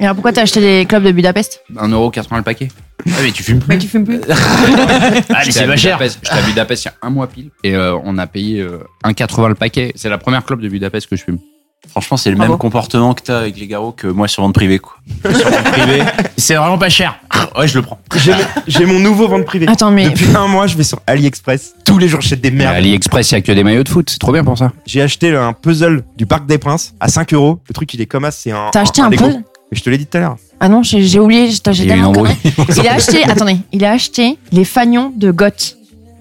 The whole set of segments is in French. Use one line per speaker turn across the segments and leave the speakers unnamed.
Et alors pourquoi t'as acheté les clubs de Budapest
1,80€ le paquet. Ah, mais tu fumes plus.
Mais tu fumes plus.
Ah,
mais c'est pas cher.
J'étais à Budapest il y a E un mois pile et euh, on a payé euh, 1,80 le paquet. C'est la première club de Budapest que je fume.
Franchement, c'est le
Ah
même
bon
comportement que t'as avec les garros que moi sur vente privée, quoi. sur vente privée,
C'est vraiment pas cher.
ouais, je le prends.
J'ai mon- J'ai mon nouveau vente privé.
Attends, Ah, mais
Depuis un mois, je vais sur AliExpress. Tous les jours, j'achète des
Mais à
merdes.
AliExpress, il y a que des maillots de foot. C'est trop bien pour ça.
J'ai acheté un puzzle du Parc des Princes à 5 euros. Le truc, il est comme as, c'est un.
t'as acheté un
déco.
puzzle
Mais je te l'ai dit tout à l'heure.
Ah non, j'ai j'ai oublié, j'ai acheté
Il y a eu une
tellement de
embrouille.
conneries. Il a acheté, attendez, il a acheté les fanions de Goth,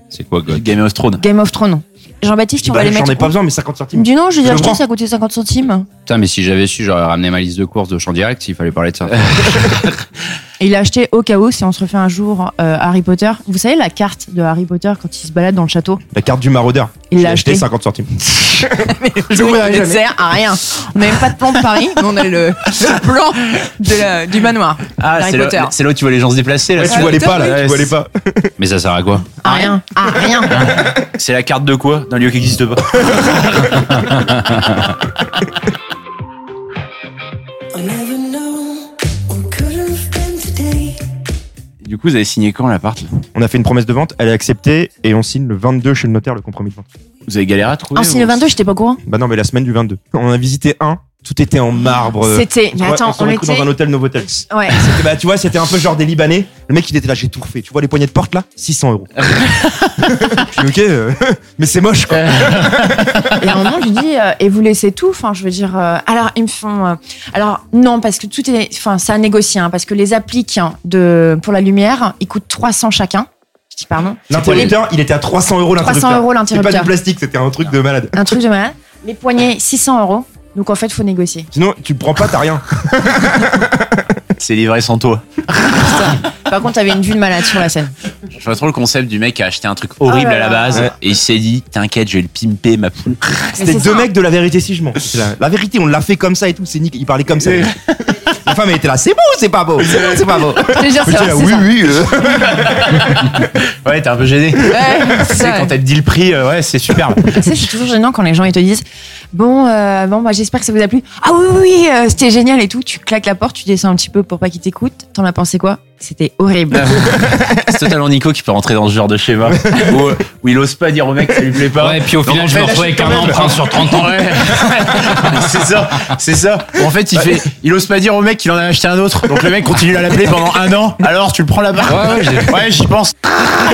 C'est quoi, God
Game of Thrones.
Game of Thrones. Jean-Baptiste,
Je dis,
on va
bah,
les
J'en
mettre.
ai pas
où
besoin, mais 50
Tu me
centimes.
dis non, je
Je
les ai
le
achetés,
prends.
ça coûtait 50 centimes.
Putain, mais si j'avais su, j'aurais ramené ma liste de courses de champ direct. Il fallait parler de ça.
Et il a acheté au cas où, si on se refait un jour euh, Harry Potter. Vous savez la carte de Harry Potter quand il se balade dans le château
La carte du maraudeur.
Il
Je l'ai
l'a
acheté
acheté. Ah,
50 centimes.
Je
Il
l'aurais
ne
jamais.
sert à rien. On n'a même pas de plan de Paris, mais on a le, le plan de la- du manoir.
Ah,
Harry
c'est là-
Potter.
c'est là où tu vois les gens se déplacer, là.
Ouais,
c'est
tu vois
la-
les pas là,
Ouais,
tu vois les
c'est-
pas.
mais ça sert à quoi
À rien. À rien.
Ah
C'est la carte de quoi D'un lieu qui n'existe pas.
I never know what could have been today.
Du coup, vous avez signé quand l'appart là
On a fait une promesse de vente, elle est acceptée et on signe le 22 chez le notaire le compromis de vente.
Vous avez galéré à trouver
Ah, si
ou-
le 22, j'étais pas au courant.
Bah non, mais la semaine du 22. On en a visité un, tout était en marbre.
C'était. Mais
Ouais,
attends,
se
on
retrouve
était.
dans un hôtel Novotel.
Ouais.
C'était- Bah tu vois, c'était un peu genre des Libanais. Le mec il était là, j'ai tout refait. Tu vois les poignées de porte là 600 euros. Je dis, ok, euh, mais c'est moche quoi.
Et à un moment, je lui dis, euh, et vous laissez tout Enfin, je veux dire, euh, alors ils me font, euh, alors non, parce que tout est, enfin, ça négocie, hein, parce que les appliques hein, de pour la lumière, ils coûtent 300 chacun. Je dis pardon,
Ah, L'interrupteur, il était à 300 euros
300
l'interrupteur.
euros
C'était pas du
l'interrupteur,
plastique, c'était un truc de malade.
un truc de malade. Les poignées 600 euros. Donc en fait, faut négocier.
Sinon, tu le prends pas, t'as rien.
C'est livré sans toi.
Par contre, t'avais une vue de malade sur la scène.
Je vois trop le concept du mec qui a acheté un truc horrible
Oh là
à la
là.
base et il s'est dit T'inquiète, je vais le pimper ma poule.
C'était
c'est
deux
ça.
mecs de la vérité si je mens. C'était La, la vérité, on l'a fait comme ça et tout, c'est nickel. Il parlait comme ça. La femme elle était là, c'est beau, c'est pas beau, c'est beau, c'est pas beau.
Je te jure, c'est vrai,
J'étais là,
c'est ça.
oui, euh.
Ouais, t'es un peu gêné.
Ouais, c'est
C'est
vrai.
quand elle te dit le prix, euh, ouais, c'est superbe.
Tu sais, c'est toujours gênant quand les gens ils te disent Bon, euh, bon bah, j'espère que ça vous a plu. Ah oui, oui, oui, euh, c'était génial et tout. Tu claques la porte, tu descends un petit peu pour pas qu'ils t'écoutent. T'en as pensé quoi C'était horrible.
Ah.
c'est totalement Nico qui peut rentrer dans ce genre de schéma où, où il ose pas dire au mec que ça lui plaît pas.
Ouais, puis au
Donc,
final,
en
je
fait,
me retrouve avec un emprunt sur 30 ans.
Ouais. c'est ça, c'est ça. En fait, il fait, il ose pas dire au mec qu'il en a acheté un autre. Donc le mec continue à l'appeler pendant un an. Alors tu le prends là-bas.
Ouais, ouais, j'ai-
Ouais, j'y pense.
ouais,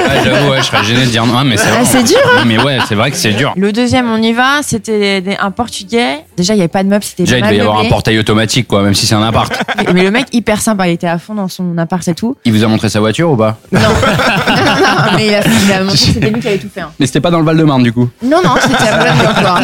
Ah, j'avoue, ouais, je serais gêné de dire non. Ah, mais c'est
Ah,
vrai.
c'est dur,
Non, mais ouais, c'est vrai que c'est dur.
Le deuxième, on y va. C'était des- un portugais. Déjà, il n'y avait pas de meubles, c'était
Déjà, il
mal
devait y avoir un
meublé.
portail automatique, quoi, même si c'est un appart.
Mais le mec, hyper sympa, il était à fond dans son appart et tout.
Il vous a montré sa voiture ou pas
Non, non, non, Ah, mais il a, il a montré que c'était lui qui avait tout fait. hein.
Mais c'était pas dans le Val-de-Marne, du coup.
Non, non, c'était à Boulogne-Billancourt.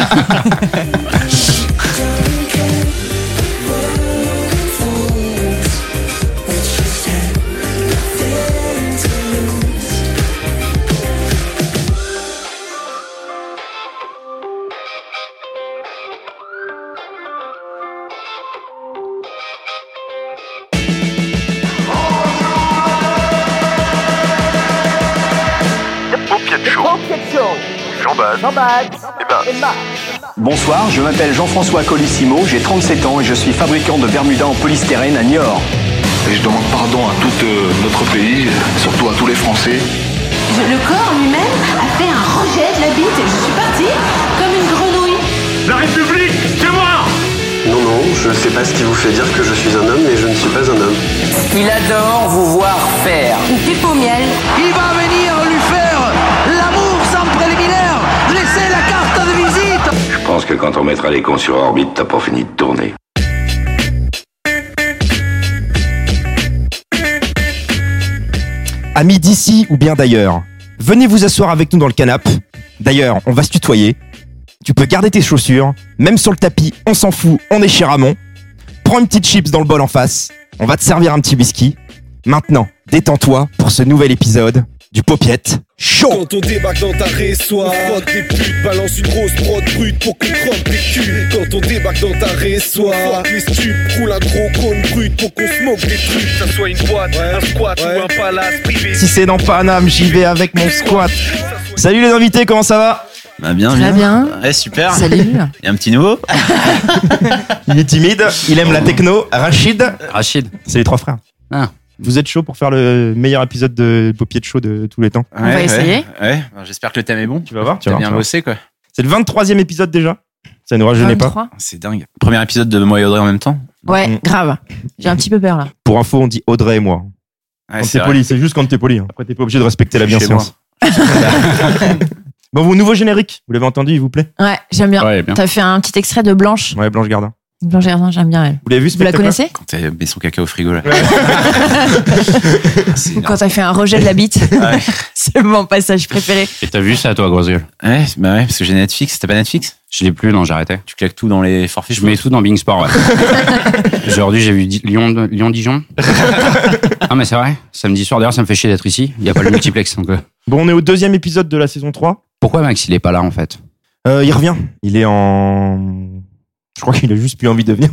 Bonsoir, je m'appelle Jean-François Colissimo, j'ai 37 ans et je suis fabricant de Bermuda en polystyrène à Niort.
Et je demande pardon à tout euh, notre pays, surtout à tous les Français.
Je- le corps lui-même a fait un rejet de la bite. Je suis partie comme une grenouille.
Non, non, je ne sais pas ce qui vous fait dire que je suis un homme, mais je ne suis pas un homme.
Il adore vous voir faire.
Une pipe au miel.
Il va venir lui faire l'amour sans préliminaire. Laissez la carte de visite.
Je pense que quand on mettra les cons sur orbite, t'as pas fini de tourner.
Amis d'ici ou bien d'ailleurs, venez vous asseoir avec nous dans le canapé. D'ailleurs, on va se tutoyer. Tu peux garder tes chaussures, même sur le tapis, on s'en fout, on est chez Ramon. Prends une petite chips dans le bol en face, on va te servir un petit whisky. Maintenant, détends-toi pour ce nouvel épisode du Popiette Show.
Quand on débarque dans ta résoie, frotte des putes, balance une grosse prod brute pour que trompe des culs. Quand on débarque dans ta résoie, fuck les stupes, roule un gros cône brut pour qu'on se moque des trucs. Ça soit une boîte, un squat ou un palace privé.
Si c'est dans Paname, j'y vais avec mon squat. Salut les invités, comment ça va
Bah, bien,
Très bien.
Ouais, super.
Salut.
Il y a un petit nouveau.
Il est timide, il aime la techno. Rachid,
Rachid.
c'est les trois frères.
Ah.
Vous êtes chaud pour faire le meilleur épisode de Paupier de chaud de tous les temps
On va essayer.
Ouais, bah, j'espère que le thème est bon.
Tu vas voir, tu
T'as
vas voir,
bien
tu vas voir.
bossé, quoi.
C'est le 23e épisode déjà. Ça ne rajeunit pas.
23.
Ah, C'est dingue. Premier épisode de Moi et Audrey en même temps.
Ouais,
Mm.
grave. J'ai un petit peu peur là.
Pour info, on dit Audrey et moi.
Ouais,
quand
c'est
t'es
vrai.
poli, c'est juste quand t'es poli. hein. Après, t'es pas obligé de respecter la
Chez
bienséance. bon, vos nouveau générique, vous l'avez entendu, il vous plaît
Ouais, j'aime bien.
Ouais, bien.
T'as fait un petit extrait de Blanche.
Ouais, Blanche Gardin.
Blanche Gardin, j'aime bien elle.
Vous l'avez vu,
Vous la
spectacle
connaissez
Quand elle met son caca au frigo, là. C'est
Ou
énorme.
quand t'as fait un rejet de la bite
Ouais.
C'est mon passage préféré.
Et t'as vu ça, toi, gros gueule
Ouais, bah ouais, parce que j'ai Netflix. T'as pas Netflix
Je l'ai plus, non, j'arrêtais.
Tu claques tout dans les forfaits.
Je mets tout dans Bing Sport, ouais. Aujourd'hui, j'ai vu Di- Lyon- Lyon-Dijon. ah, mais c'est vrai. Samedi soir, d'ailleurs, ça me fait chier d'être ici. Il n'y a pas le multiplex. Donc, euh,
Bon, on est au deuxième épisode de la saison 3.
Pourquoi Max, il est pas là, en fait
Euh, il revient. Il est en. Je crois qu'il a juste plus envie de venir.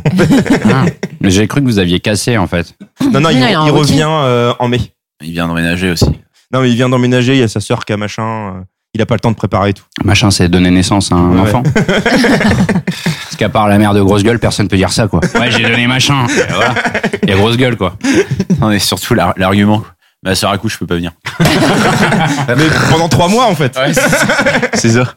Ah. Mais j'ai cru que vous aviez cassé, en fait.
non, non, il,
Non, il est en
il
rookie.
revient euh, en mai.
Il vient d'emménager aussi.
Non, mais il vient d'emménager, il y a sa sœur qui a machin. euh, Il a pas le temps de préparer et tout.
Machin, c'est donner naissance à un
Ouais.
enfant. Parce qu'à part la mère de grosse gueule, personne peut dire ça, quoi. Ouais, j'ai donné machin. Et voilà. Et grosse gueule, quoi.
Non, mais surtout l'ar- l'argument. Ma soeur à coup, je peux pas venir.
Mais pendant trois mois, en fait.
C'est ça.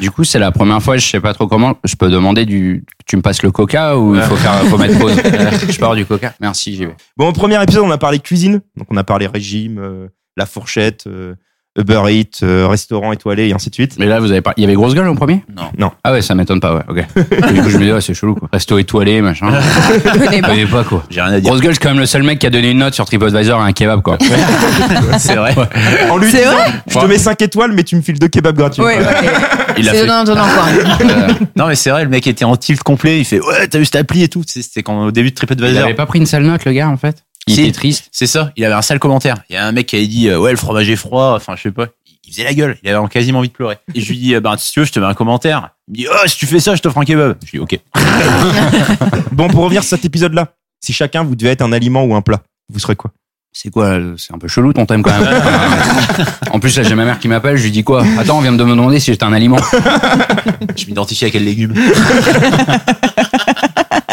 Du coup, c'est la première fois, je sais pas trop comment, je peux demander du, tu me passes le coca ou il faut faire, faut mettre pause. Euh, je pars du coca. Merci, j'y vais.
Bon, au premier épisode, on a parlé cuisine. Donc, on a parlé régime, euh, la fourchette, euh, Uber Eats, euh, restaurant étoilé, et ainsi de suite.
Mais là, vous avez pas, il y avait grosse gueule au premier?
Non.
Non.
Ah ouais, ça m'étonne pas, ouais, ok. du coup, je me dis, ouais, c'est chelou, quoi. Resto étoilé, machin.
Je connais
Je
pas.
connais pas, quoi.
J'ai rien à dire.
Grosse gueule, c'est quand même le seul mec qui a donné une note sur TripAdvisor à un kebab, quoi.
C'est vrai.
En lui
C'est
disant,
vrai
je te mets 5 étoiles, mais tu me files deux kebabs gratuits.
Ouais, ouais.
Il l'a
C'est
fait.
donnant, donnant quoi.
Euh,
Non, mais c'est vrai, le mec était en tilt complet. Il fait Ouais, t'as vu cette appli et tout. Tu sais, C'était quand au début
il
de TripAdvisor.
avait pas pris une sale note, le gars, en fait. Il
Si.
était triste.
C'est ça. Il avait un sale commentaire. Il y a un mec qui avait dit euh, Ouais, le fromage est froid. Enfin, je sais pas. Il faisait la gueule. Il avait quasiment envie de pleurer. Et je lui dis euh, Ben, si tu veux, je te mets un commentaire. Il me dit Oh, si tu fais ça, je t'offre un kebab. Je lui dis Ok.
Bon, pour revenir sur cet épisode-là, si chacun vous devait être un aliment ou un plat, vous serez quoi
C'est quoi euh, C'est un peu chelou ton thème quand même. Euh, en plus, là, j'ai ma mère qui m'appelle, je lui dis quoi Attends, on vient de me demander si j'étais un aliment.
Je m'identifie à quel légume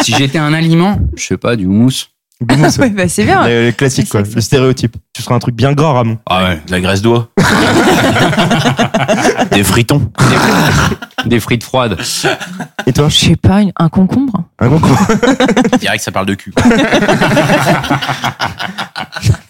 Si j'étais un aliment, je sais pas, du houmous.
Goumous, ouais.
Ouais, bah, c'est bien.
Les, les classiques, quoi. Le stéréotype. Tu seras un truc bien gras, Ramon.
Ah ouais, de la graisse d'oie. Des fritons.
Des frites froides.
Et toi
Je sais pas, une- un concombre
Un bon coup.
Direct, ça parle de cul.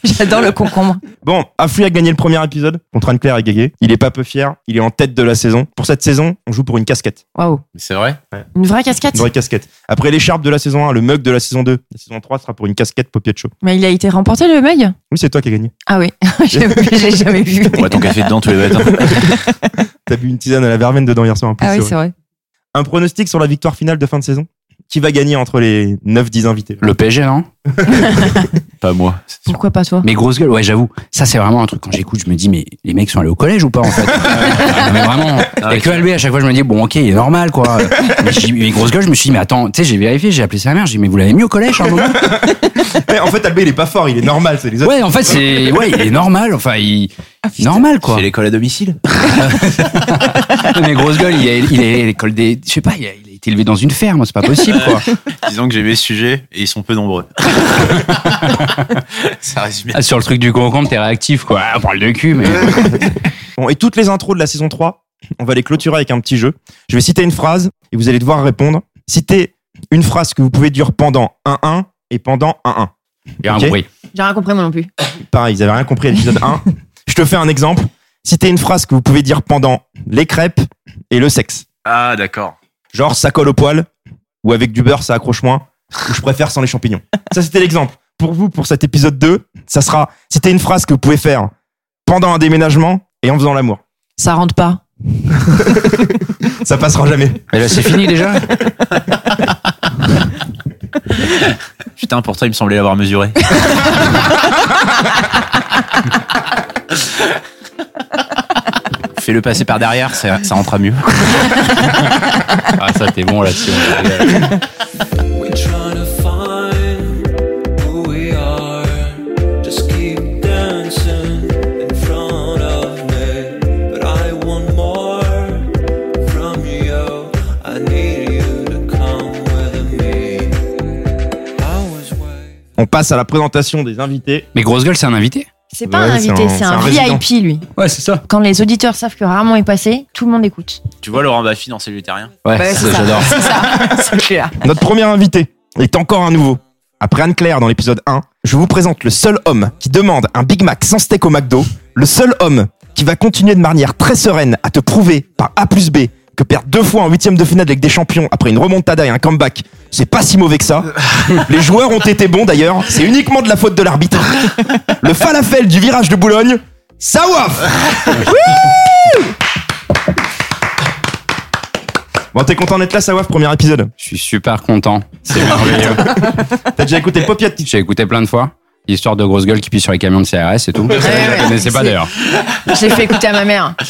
J'adore le concombre.
Bon, Afflu a gagné le premier épisode contre Anne-Claire et Guégué. Il est pas peu fier. Il est en tête de la saison. Pour cette saison, on joue pour une casquette.
Waouh.
C'est vrai
Une vraie casquette
Une vraie casquette. Après l'écharpe de la saison 1, le mug de la saison 2, la saison 3 sera pour une casquette Popier de chaud.
Mais il a été remporté le mug
Oui, c'est toi qui as gagné.
Ah oui, je je l'ai jamais vu.
On boit ton café dedans tous les matins.
T'as bu une tisane à la verveine dedans hier soir en plus.
Ah oui,
c'est
c'est vrai.
vrai. Un pronostic sur la victoire finale de fin de saison Qui va gagner entre les 9-10 invités
Le PSG, non
Pas moi.
Pourquoi pas toi
Mais grosse gueule, ouais, j'avoue. Ça, c'est vraiment un truc, quand j'écoute, je me dis, mais les mecs sont allés au collège ou pas, en fait Mais vraiment.
Ah,
Et que lui, à chaque fois, je me dis, bon, ok, il est normal, quoi. Mais, je dis, mais grosse gueule, je me suis dit, mais attends, tu sais, j'ai vérifié, j'ai appelé sa mère, j'ai dit, mais vous l'avez mis au collège, à un moment
Eh, En fait, Albé, il est pas fort, il est normal, c'est les autres.
Ouais, en fait, c'est. Ouais, il est normal, enfin, il. normal, quoi.
C'est l'école à domicile
Mais grosse gueule, il est, il est à l'école des. Je sais pas, il a, il a été élevé dans une ferme, c'est pas possible, quoi.
Disons que j'ai mes sujets et ils sont peu nombreux. ça résume bien.
Ah, sur le truc du concombre, t'es réactif, quoi. Ah, On parle de cul, mais.
Bon, et toutes les intros de la saison 3, on va les clôturer avec un petit jeu. Je vais citer une phrase et vous allez devoir répondre. Citez une phrase que vous pouvez dire pendant 1-1 et pendant 1-1.
Il y a un
Ok.
bruit.
J'ai rien compris moi non plus.
Pareil, ils avaient rien compris à l'épisode 1. Je te fais un exemple. Citez une phrase que vous pouvez dire pendant les crêpes et le sexe.
Ah, d'accord.
Genre, ça colle au poil, ou avec du beurre, ça accroche moins, ou je préfère sans les champignons. Ça, c'était l'exemple. Pour vous, pour cet épisode 2, ça sera, citez une phrase que vous pouvez faire pendant un déménagement et en faisant l'amour.
Ça rentre pas.
Ça passera jamais.
Mais là, c'est fini déjà
Putain, pourtant, il me semblait l'avoir mesuré. Fais-le passer par derrière, ça, ça rentre à mieux.
Ah, ça, t'es bon là-dessus.
We're trying to find who we are. Just keep dancing in front of me. But I want more.
On passe à la présentation des invités.
Mais grosse gueule, c'est un invité
C'est pas un
Ouais,
invité, c'est un,
résident.
VIP, lui.
Ouais, c'est ça.
Quand les auditeurs savent que rarement est passé, tout le monde écoute.
Tu vois Laurent Baffy dans Salut les Terriens
Ouais,
Bah,
ça, j'adore.
C'est ça. C'est là.
Notre premier invité est encore un nouveau. Après Anne-Claire dans l'épisode 1, je vous présente le seul homme qui demande un Big Mac sans steak au McDo, le seul homme qui va continuer de manière très sereine à te prouver par A plus B que perdre deux fois en huitième de finale avec des champions après une remontada et un comeback, c'est pas si mauvais que ça. Les joueurs ont été bons d'ailleurs, c'est uniquement de la faute de l'arbitre. Le falafel du virage de Boulogne, ça waf Wouh Bon, t'es content d'être là, Sawaf, premier épisode
Je suis super content. C'est merveilleux.
T'as déjà écouté le popiat
J'ai écouté plein de fois. L'histoire de grosse gueule qui pisse sur les camions de CRS et tout. Ça, je
ouais.
la connaissais pas
C'est-
d'ailleurs.
Je l'ai fait écouter à ma mère.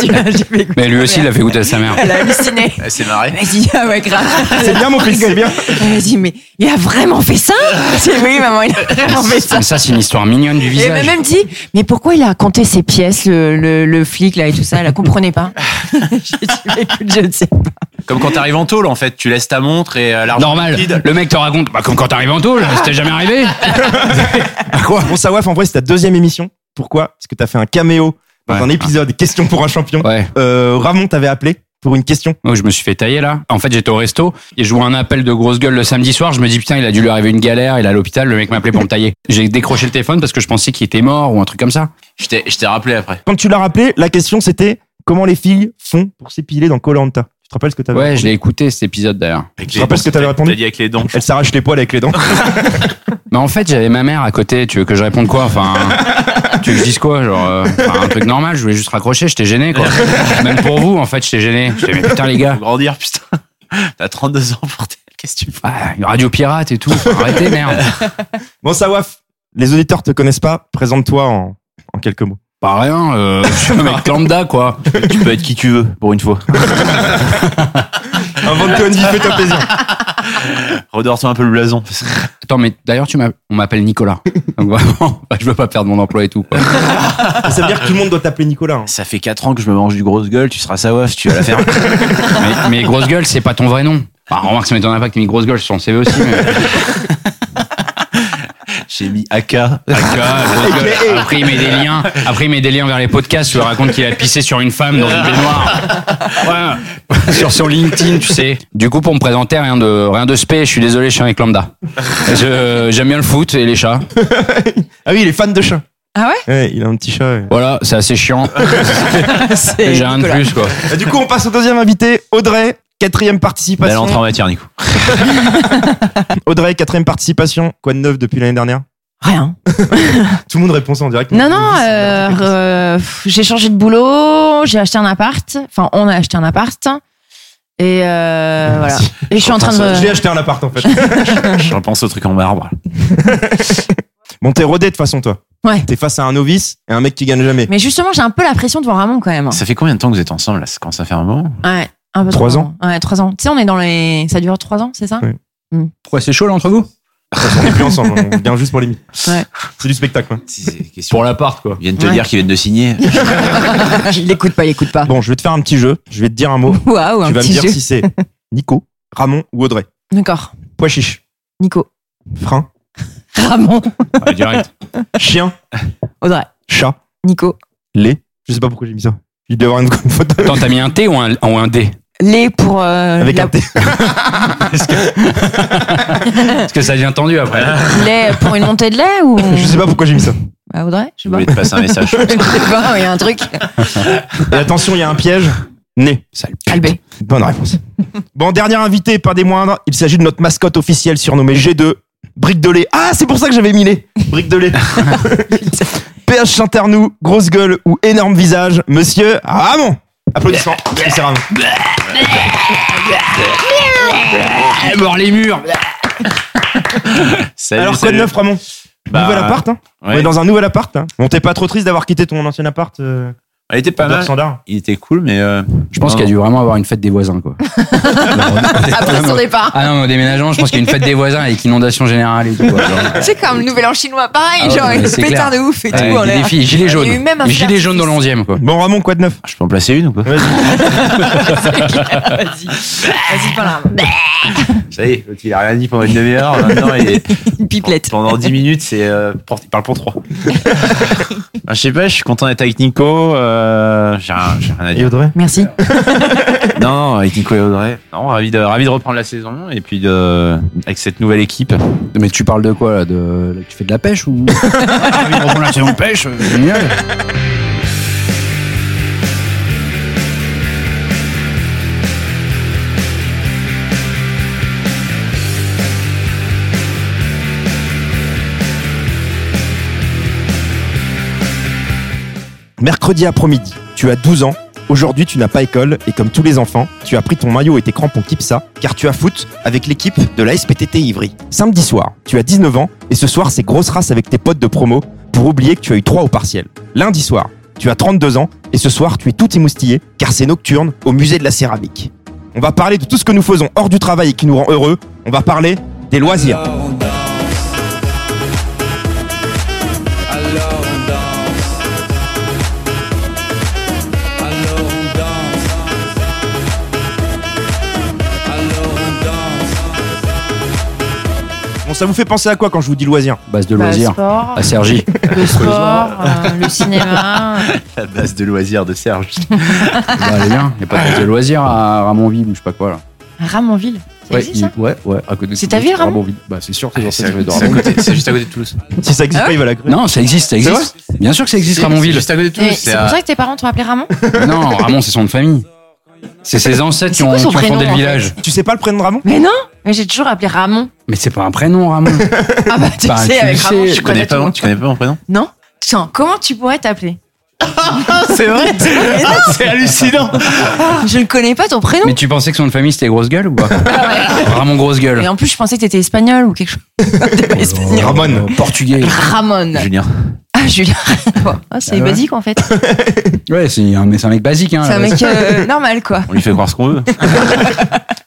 J'ai fait écouter.
Mais lui aussi, il l'a fait goûter à sa mère.
Elle a halluciné.
Eh, C'est marré.
Vas-y, ah ouais, grave.
C'est bien, mon fils, c'est bien.
Elle a dit, mais il a vraiment fait ça J'ai dit, oui, maman, il a vraiment fait ça.
Mais ça, c'est une histoire mignonne du
Et elle m'a
visage.
même dit, mais pourquoi il a raconté ses pièces, le, le, le flic, là, et tout ça Elle ne comprenait pas. J'ai dit, mais écoute, je ne sais pas.
Comme quand t'arrives en tôle, en fait, tu laisses ta montre et euh, l'argent
Normal.
liquide.
Le mec te raconte, bah, comme quand t'arrives en tôle, c'était jamais arrivé.
Quoi Bon, Sawaf, en vrai, c'est ta deuxième émission. Pourquoi Parce que t'as fait un caméo dans
Ouais.
un épisode Question pour un champion.
Ouais.
Euh, Ramon t'avait appelé pour une question.
Oh, je me suis fait tailler là. En fait, j'étais au resto et je vois un appel de grosse gueule le samedi soir. Je me dis putain, il a dû lui arriver une galère. Il est à l'hôpital. Le mec m'a appelé pour me tailler. J'ai décroché le téléphone parce que je pensais qu'il était mort ou un truc comme ça.
Je t'ai je t'ai rappelé après.
Quand tu l'as rappelé, la question c'était comment les filles font pour s'épiler dans Colanta. Tu te rappelles ce que
Ah
t'avais
Ouais, je l'ai écouté cet épisode d'ailleurs.
Avec
te rappelles ce que t'avais répondu
T'as dit avec les dents.
Elle s'arrache les poils avec les dents.
Mais en fait, j'avais ma mère à côté. Tu veux que je réponde quoi Enfin, tu veux que je dise quoi Genre euh, enfin, un truc normal. Je voulais juste raccrocher. J'étais gêné quoi. Même pour vous, en fait, j'étais gêné. J'étais mais putain les gars.
Faut grandir, putain. T'as 32 ans pour tes... Qu'est-ce que tu fais
Ah, radio pirate et tout. Faut Arrêtez merde.
Bon, Sawaf, les auditeurs te connaissent pas. Présente-toi en, en quelques mots.
Pas rien. euh, je suis un mec lambda quoi.
Tu peux être qui tu veux, pour une fois.
Invente-toi une vie, fais-toi plaisir.
Redors-toi un peu le blason.
Attends, mais d'ailleurs, tu m'as- on m'appelle Nicolas. Donc vraiment, je veux pas perdre mon emploi et tout. Quoi.
Ça veut dire que tout le monde doit t'appeler Nicolas. hein.
Ça fait 4 ans que je me mange du grosse gueule, tu seras sa waf, tu vas la faire.
Mais, mais grosse gueule, c'est pas ton vrai nom. Bah, remarque, ça m'étonnerait pas que tu mis grosse gueule sur ton CV aussi. Mais...
J'ai mis AK.
D'accord, grosse gueule. Après, il met des liens. Après, il met des liens vers les podcasts. Tu lui racontes qu'il a pissé sur une femme dans une baignoire. Ouais. Sur son LinkedIn, tu sais. Du coup, pour me présenter, rien de, rien de spé. Je suis désolé, je suis avec lambda. Je- J'aime bien le foot et les chats.
Ah oui, il est fan de chat.
Ah ouais
Ouais, il a un petit chat. ouais.
Voilà, c'est assez chiant.
C'est
J'ai rien de
Nicolas.
plus, quoi.
Et du coup, on passe au deuxième invité, Audrey, quatrième
Belle
participation.
entrée
bah,
en matière, Nico.
Audrey, quatrième participation. Quoi de neuf depuis l'année dernière
Rien.
Tout le monde répond ça en direct.
Non, non, euh, euh, pff, j'ai changé de boulot, j'ai acheté un appart. Enfin, on a acheté un appart. Et euh, voilà. Et je suis en train
Je l'ai
de.
acheté un appart en fait.
J'en pense au truc en marbre.
bon, t'es rodé de toute façon, toi.
Ouais.
T'es face à un novice et un mec qui gagne jamais.
Mais justement, j'ai un peu la pression devant Ramon quand même.
Ça fait combien de temps que vous êtes ensemble là Ça commence à faire un moment
Ouais, un peu
Trois
trop. Ouais, trois ans. Tu sais, on est dans les. Ça dure trois ans, c'est ça
Ouais.
Pourquoi c'est chaud, là, entre vous
On est plus ensemble, on vient juste pour les mythes.
Ouais.
C'est du spectacle. hein.
Si, c'est question.
Pour l'appart, quoi.
Ils viennent te
Ouais.
dire qu'ils viennent de signer.
il l'écoute pas, il écoute pas.
Bon, je vais te faire un petit jeu. Je vais te dire un mot.
Waouh, un
tu vas me
petit
dire
jeu.
si c'est Nico, Ramon ou Audrey.
D'accord.
Pois chiche,
Nico.
frein,
Ramon.
Ouais, direct.
chien,
Audrey.
chat,
Nico.
lait. Je sais pas pourquoi j'ai mis ça. Il doit y avoir une faute
Attends, t'as mis un T ou un, ou un D
Les pour. euh,
avec
la-
un T.
Parce que ça devient tendu après.
lait pour une montée de lait ou.
Je sais pas pourquoi j'ai mis ça.
Bah, Audrey, je sais
Je
pas.
voulais te passer un message.
Je sais pas, il y a un truc.
Et attention, il y a un piège. Né.
Albé.
Bonne réponse. Bon, dernier invité, pas des moindres. Il s'agit de notre mascotte officielle surnommée G2, Brique de lait. Ah, c'est pour ça que j'avais mis lait. Brique de lait. PH Chanternou, grosse gueule ou énorme visage, monsieur Ramon. Applaudissements. Monsieur Ramon.
Eh, mort les murs
Salut,
Alors, quoi de
salut.
neuf, Ramon
Bah,
Nouvel appart, hein
ouais.
On est dans un nouvel appart. Hein. Bon, t'es pas trop triste d'avoir quitté ton ancien appart euh,
Elle était pas
d'heure
mal.
standard
Il était cool, mais. euh,
Je pense
non,
qu'il y a dû vraiment avoir une fête des voisins, quoi.
Après son départ.
Ah non, mais au déménagement, je pense qu'il y a une fête des voisins avec inondation générale et tout. quoi, genre.
C'est comme le nouvel an chinois, pareil,
Ah ouais,
genre,
mais
il
c'est
pétard de ouf et tout.
Ouais,
on
des
est-
défis,
Il y
gilet
a eu
jaune.
même un
Gilet
faire-
jaune dans l'onzième, quoi.
Bon, Ramon, quoi de neuf
Je peux en placer une ou pas
Vas-y, parle.
Bah. Ça y est, l'autre, il a rien dit pendant une demi-heure. Maintenant, il est-
Une pipelette.
pendant 10 minutes, c'est euh, porte- il parle pour 3. je sais pas, je suis content d'être avec Nico. euh, j'ai rien, j'ai rien à dire.
Audrey
Merci.
Non, non, avec Nico et Audrey. Non, ravi de, ravi de reprendre la saison et puis de, avec cette nouvelle équipe.
Mais tu parles de quoi là, de... là, Tu fais de la pêche ou
envie de reprendre la saison de pêche, euh, génial.
Mercredi après-midi, tu as 12 ans. Aujourd'hui, tu n'as pas école et comme tous les enfants, tu as pris ton maillot et tes crampons Kipsa car tu as foot avec l'équipe de la SPTT Ivry. Samedi soir, tu as 19 ans et ce soir, c'est grosse race avec tes potes de promo pour oublier que tu as eu 3 au partiel. Lundi soir, tu as 32 ans et ce soir, tu es tout émoustillé car c'est nocturne au musée de la céramique. On va parler de tout ce que nous faisons hors du travail et qui nous rend heureux. On va parler des loisirs.
Euh,
Bon, ça vous fait penser à quoi quand je vous dis loisirs
Base de
Bah,
loisirs
sport,
à Sergi.
le sport, euh, le cinéma. euh,
La base de loisirs de Serge.
bah, les liens. Il n'y a pas de base de loisirs à Ramonville ou je sais pas quoi là.
Ramonville. Ça
Ouais,
existe,
il-
ça
ouais, ouais, à côté de
C'est
Toulouse,
ta ville, Ramon
Ramonville. Bah, c'est sûr que c'est
Ah, C'est
dans cette ville de
c'est à
Ramonville.
côté- c'est juste à côté de Toulouse.
Si ça existe
Ah
pas,
ouais
il va la grue.
Non, ça existe, ça existe. Bien sûr que ça existe,
C'est
Ramonville.
Juste à côté de Toulouse.
Et Eh, C'est pour ça que tes parents t'ont appelé Ramon
Non, Ramon, c'est son nom de famille. C'est ses ancêtres qui
C'est
ont,
quoi son
qui ont fondé
prénom,
le
en
village.
Tu sais pas le prénom de Ramon
Mais non Mais j'ai toujours appelé Ramon.
Mais c'est pas un prénom, Ramon.
Ah bah tu
Bah,
sais,
tu
avec
le
Ramon,
sais,
je
Tu connais
connais tout
pas
le
mon,
monde.
tu connais pas mon prénom
Non Tiens, comment tu pourrais t'appeler
C'est vrai Ah, C'est hallucinant
Ah, Je ne connais pas ton prénom.
Mais tu pensais que son nom de famille c'était grosse gueule ou pas Ramon grosse gueule.
Et en plus, je pensais que t'étais espagnol ou quelque chose. Espagnol.
Ramon.
Euh, Portugais.
Ramon.
Julien.
Ah, Julien. Ah, c'est
Ah ouais.
basique en fait.
Ouais, c'est un, mais c'est un mec basique. Hein,
C'est un
là-bas.
mec euh, normal quoi.
On lui fait croire ce qu'on veut.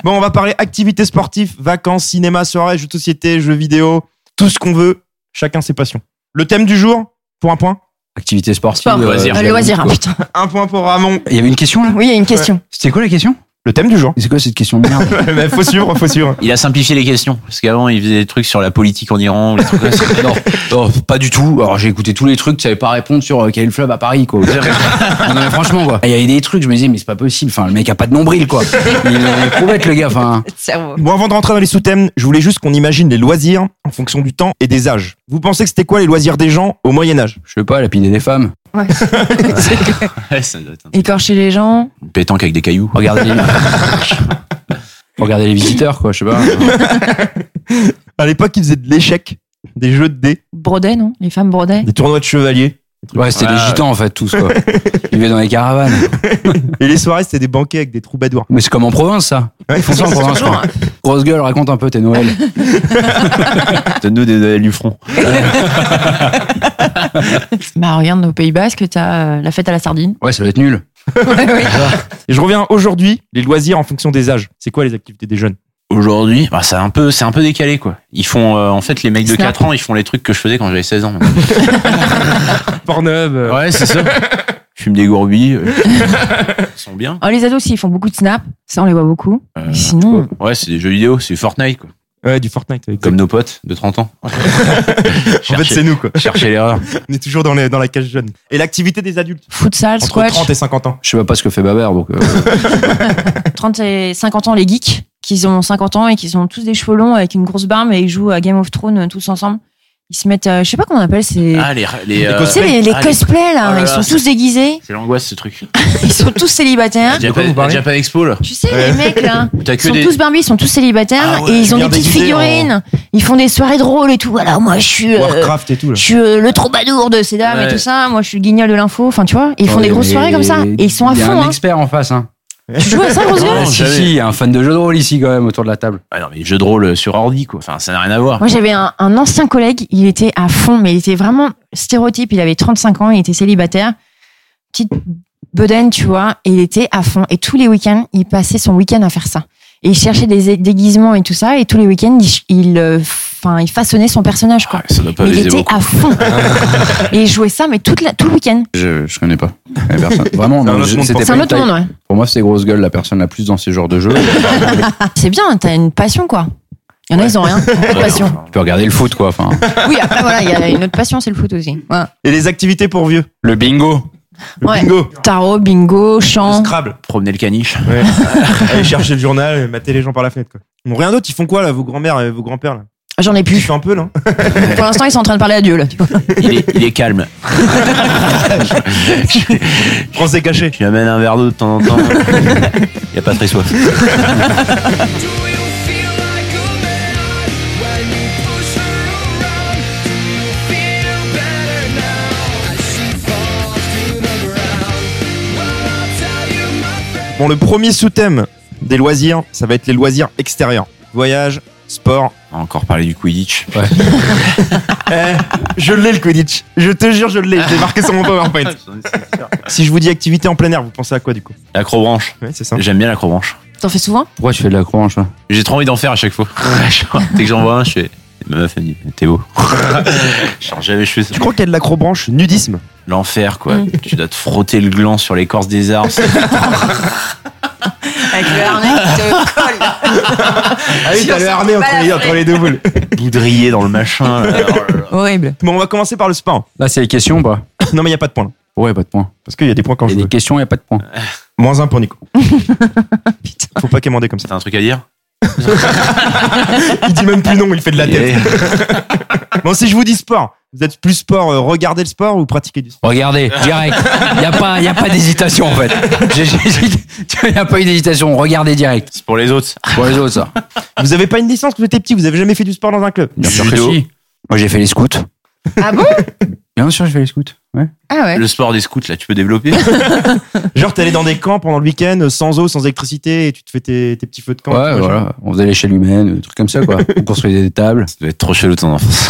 Bon, on va parler activités sportives, vacances, cinéma, soirées, jeux de société, jeux vidéo, tout ce qu'on veut, chacun ses passions. Le thème du jour, pour un point.
Activité sportive. euh,
Sport.
Loisirs.
Ah, le loisir, hein, putain.
Un point pour Ramon.
Il y avait une question là
Oui, il y a une question.
C'était quoi la question
Le thème du jour.
C'est quoi cette question de merde
Mais faut suivre, faut suivre.
Il a simplifié les questions. Parce qu'avant, il faisait des trucs sur la politique en Iran. ou des trucs comme ça.
non, non, pas du tout. Alors j'ai écouté tous les trucs, tu savais pas répondre sur euh, quel est le fleuve à Paris quoi. non, non, mais franchement quoi. Il y avait des trucs, je me disais mais c'est pas possible. Enfin le mec a pas de nombril quoi. Il est prouvette le gars. Enfin
Cerveau.
Bon, avant de rentrer dans les sous-thèmes, je voulais juste qu'on imagine les loisirs en fonction du temps et des âges. Vous pensez que c'était quoi les loisirs des gens au Moyen-Âge
je sais pas, lapider des femmes.
Ouais. C'est clair.
Ouais, ça doit être un-
Écorcher les gens.
Une pétanque avec des cailloux.
Regardez. les- Regardez les visiteurs quoi. Je sais pas.
À l'époque, ils faisaient de l'échec, des jeux de dés,
Broder, non Les femmes brodaient.
des tournois de chevaliers.
Ouais, c'était
Ouais,
des gitans en fait tous quoi. Ils vivaient dans les caravanes.
Et les soirées, c'était des banquets avec des troubadours.
Mais c'est comme en province ça.
Ouais,
Ils font ça en province. quoi. Grosse gueule, raconte un peu tes Noël.
Donne-nous des Noël du front.
Bah, regarde, au Pays Basque, t'as euh, la fête à la sardine.
Ouais, ça doit être nul.
Et je reviens aujourd'hui, les loisirs en fonction des âges. C'est quoi les activités des jeunes
Aujourd'hui, bah, c'est un peu, c'est un peu décalé, quoi. Ils font, euh, en fait, les mecs de
Snap.
4 ans, ils font les trucs que je faisais quand j'avais 16 ans.
Pornhub.
ouais, c'est ça. Je fume des gourbilles. euh, Ils sont bien.
Oh, les ados, aussi, ils font beaucoup de snaps. Ça, on les voit beaucoup.
Euh,
Mais sinon,
Ouais, c'est des jeux vidéo, c'est Fortnite, quoi.
Ouais, du Fortnite. exact.
Comme nos potes de 30 ans.
En fait, c'est nous, quoi.
Chercher l'erreur.
On est toujours dans, les- dans la cage jeune. Et l'activité des adultes
futsal,
Entre
squash.
30 et 50 ans.
Je sais même pas ce que fait Babert, donc. euh,
30 et 50 ans, les geeks, qui ont 50 ans et qui ont tous des cheveux longs avec une grosse barbe et ils jouent à Game of Thrones euh, tous ensemble. Ils se mettent, euh, je sais pas comment on appelle, c'est.
Ah, les, les, euh,
tu sais, les, les
ah, les-
cosplays là,
Oh là
ils
là,
sont
c'est-
tous déguisés,
C'est l'angoisse, ce truc.
ils sont tous célibataires.
Japan,
quoi vous parlez
Japan Expo, là.
Tu sais,
Ouais.
les mecs là,
T'as
ils
que
sont
des.
tous Barbie, ils sont tous célibataires
Ah ouais,
et ils ont des
bien
petites
déguisés en-
figurines. Ils font des soirées drôles et tout. Alors moi, je suis. euh,
Warcraft et tout, là.
je suis euh, le troubadour de ces dames et
Ouais. Oh,
tout ça. Moi, je suis le guignol de l'info. Enfin, tu vois, ils font
attendez,
des grosses
mais-
soirées comme ça. Et ils sont à
Il y a
fond.
un
Hein.
expert en face, hein. Ah,
Tu joues à ça, grosse gueule
Non,
si,
jamais.
si, il y a un fan de jeu de rôle ici, quand même, autour de la table.
Ah non, mais jeux de rôle sur ordi, quoi. Enfin, ça n'a rien à voir.
Moi, j'avais un, un ancien collègue, il était à fond, mais il était vraiment stéréotype. Il avait 35 ans, il était célibataire, petite bedaine, tu vois, et il était à fond. Et tous les week-ends, il passait son week-end à faire ça. Et il cherchait des déguisements et tout ça. Et tous les week-ends, il, ch- il, euh, enfin, il façonnait son personnage. Quoi.
Ah, Ça doit pas
Mais il
baiser
était
beaucoup.
à fond. et il jouait ça, mais toute la- tout le week-end.
Je, je connais pas. la personne. Eh ben, Vraiment,
C'est un
non,
autre
je-
monde
c'était
pour toi.
pas une
C'est un hein. autre
taille.
monde, ouais.
Pour moi, c'est grosse gueule la personne la plus dans ces genres de jeux.
Ah, C'est bien, t'as une passion, quoi. Il y en a, ils ont rien. Pas de passion.
Tu peux regarder le foot, quoi. Enfin.
Oui, après, voilà, il y a une autre passion, c'est le foot aussi. Ouais.
Et les activités pour vieux
Le bingo.
Ouais. Oh. Tarot, bingo, chant.
Crable.
Promener le caniche.
Ouais. Aller chercher le journal et mater les gens par la fenêtre, quoi. Bon, rien d'autre, ils font quoi, là, vos grands-mères et vos grands-pères, là
J'en ai
Ils
plus.
font un peu, non
Pour l'instant, ils sont en train de parler à Dieu, là.
Il est, il est calme.
Prends ses cachets.
Je lui amène un verre d'eau de temps en temps. Il a pas très soif.
Bon, le premier sous-thème des loisirs, ça va être les loisirs extérieurs. Voyage, sport. Eh,
On a encore parlé du Quidditch.
Je l'ai, le Quidditch. Je te jure, je l'ai. Je l'ai marqué sur mon PowerPoint. Si je vous dis activité en plein air, vous pensez à quoi, du coup
L'acrobranche.
Ouais, c'est ça.
J'aime bien l'acrobranche.
T'en fais souvent
Pourquoi tu fais de la croche
J'ai trop envie d'en faire à chaque fois. Dès que j'en vois un, je fais. Ma meuf, elle me dit T'es beau. Genre, j'avais fait ça.
Je crois qu'il y a de l'acrobranche, nudisme.
L'enfer, quoi.
Mm.
Tu dois te frotter le gland sur l'écorce des arbres.
Avec le harnais qui te colle.
Ah oui, t'as le harnais
entre les- entre les
deux boules.
Boudrier dans le machin. là. Oh là là.
Horrible.
Bon, on va commencer par le sport.
Là, c'est les questions, ou pas
Non, mais il n'y a pas de points. là.
Ouais, pas de points.
Parce qu'il y a des points quand
Il y
je
a
veux.
des questions, il n'y a pas de points.
Moins un pour Nico. Faut pas quémander comme ça.
T'as un truc à dire
Il dit même plus non, il fait de la tête.
Et-
Bon, si je vous dis sport, vous êtes plus sport, euh, regardez le sport ou pratiquez du sport
Regardez, direct. Il n'y a pas, y a pas d'hésitation, en fait. Il n'y a pas eu d'hésitation. Regardez direct.
C'est pour les autres.
Pour les autres, ça.
Vous avez pas une licence, vous étiez petit, vous avez jamais fait du sport dans un club.
Bien sûr
Judo.
que si. Moi, j'ai fait les scouts.
Ah bon
Bien sûr, j'ai fait les scouts. Ouais.
Ah ouais.
Le sport des scouts, là, tu peux développer
Genre, t'es allé dans des camps pendant le week-end, euh, sans eau, sans électricité, et tu te fais tes, tes petits feux de camp.
ouais,
tout machin.
voilà. On faisait l'échelle humaine, des trucs comme ça, quoi. On construisait des tables.
Ça doit être trop chelou ton enfance.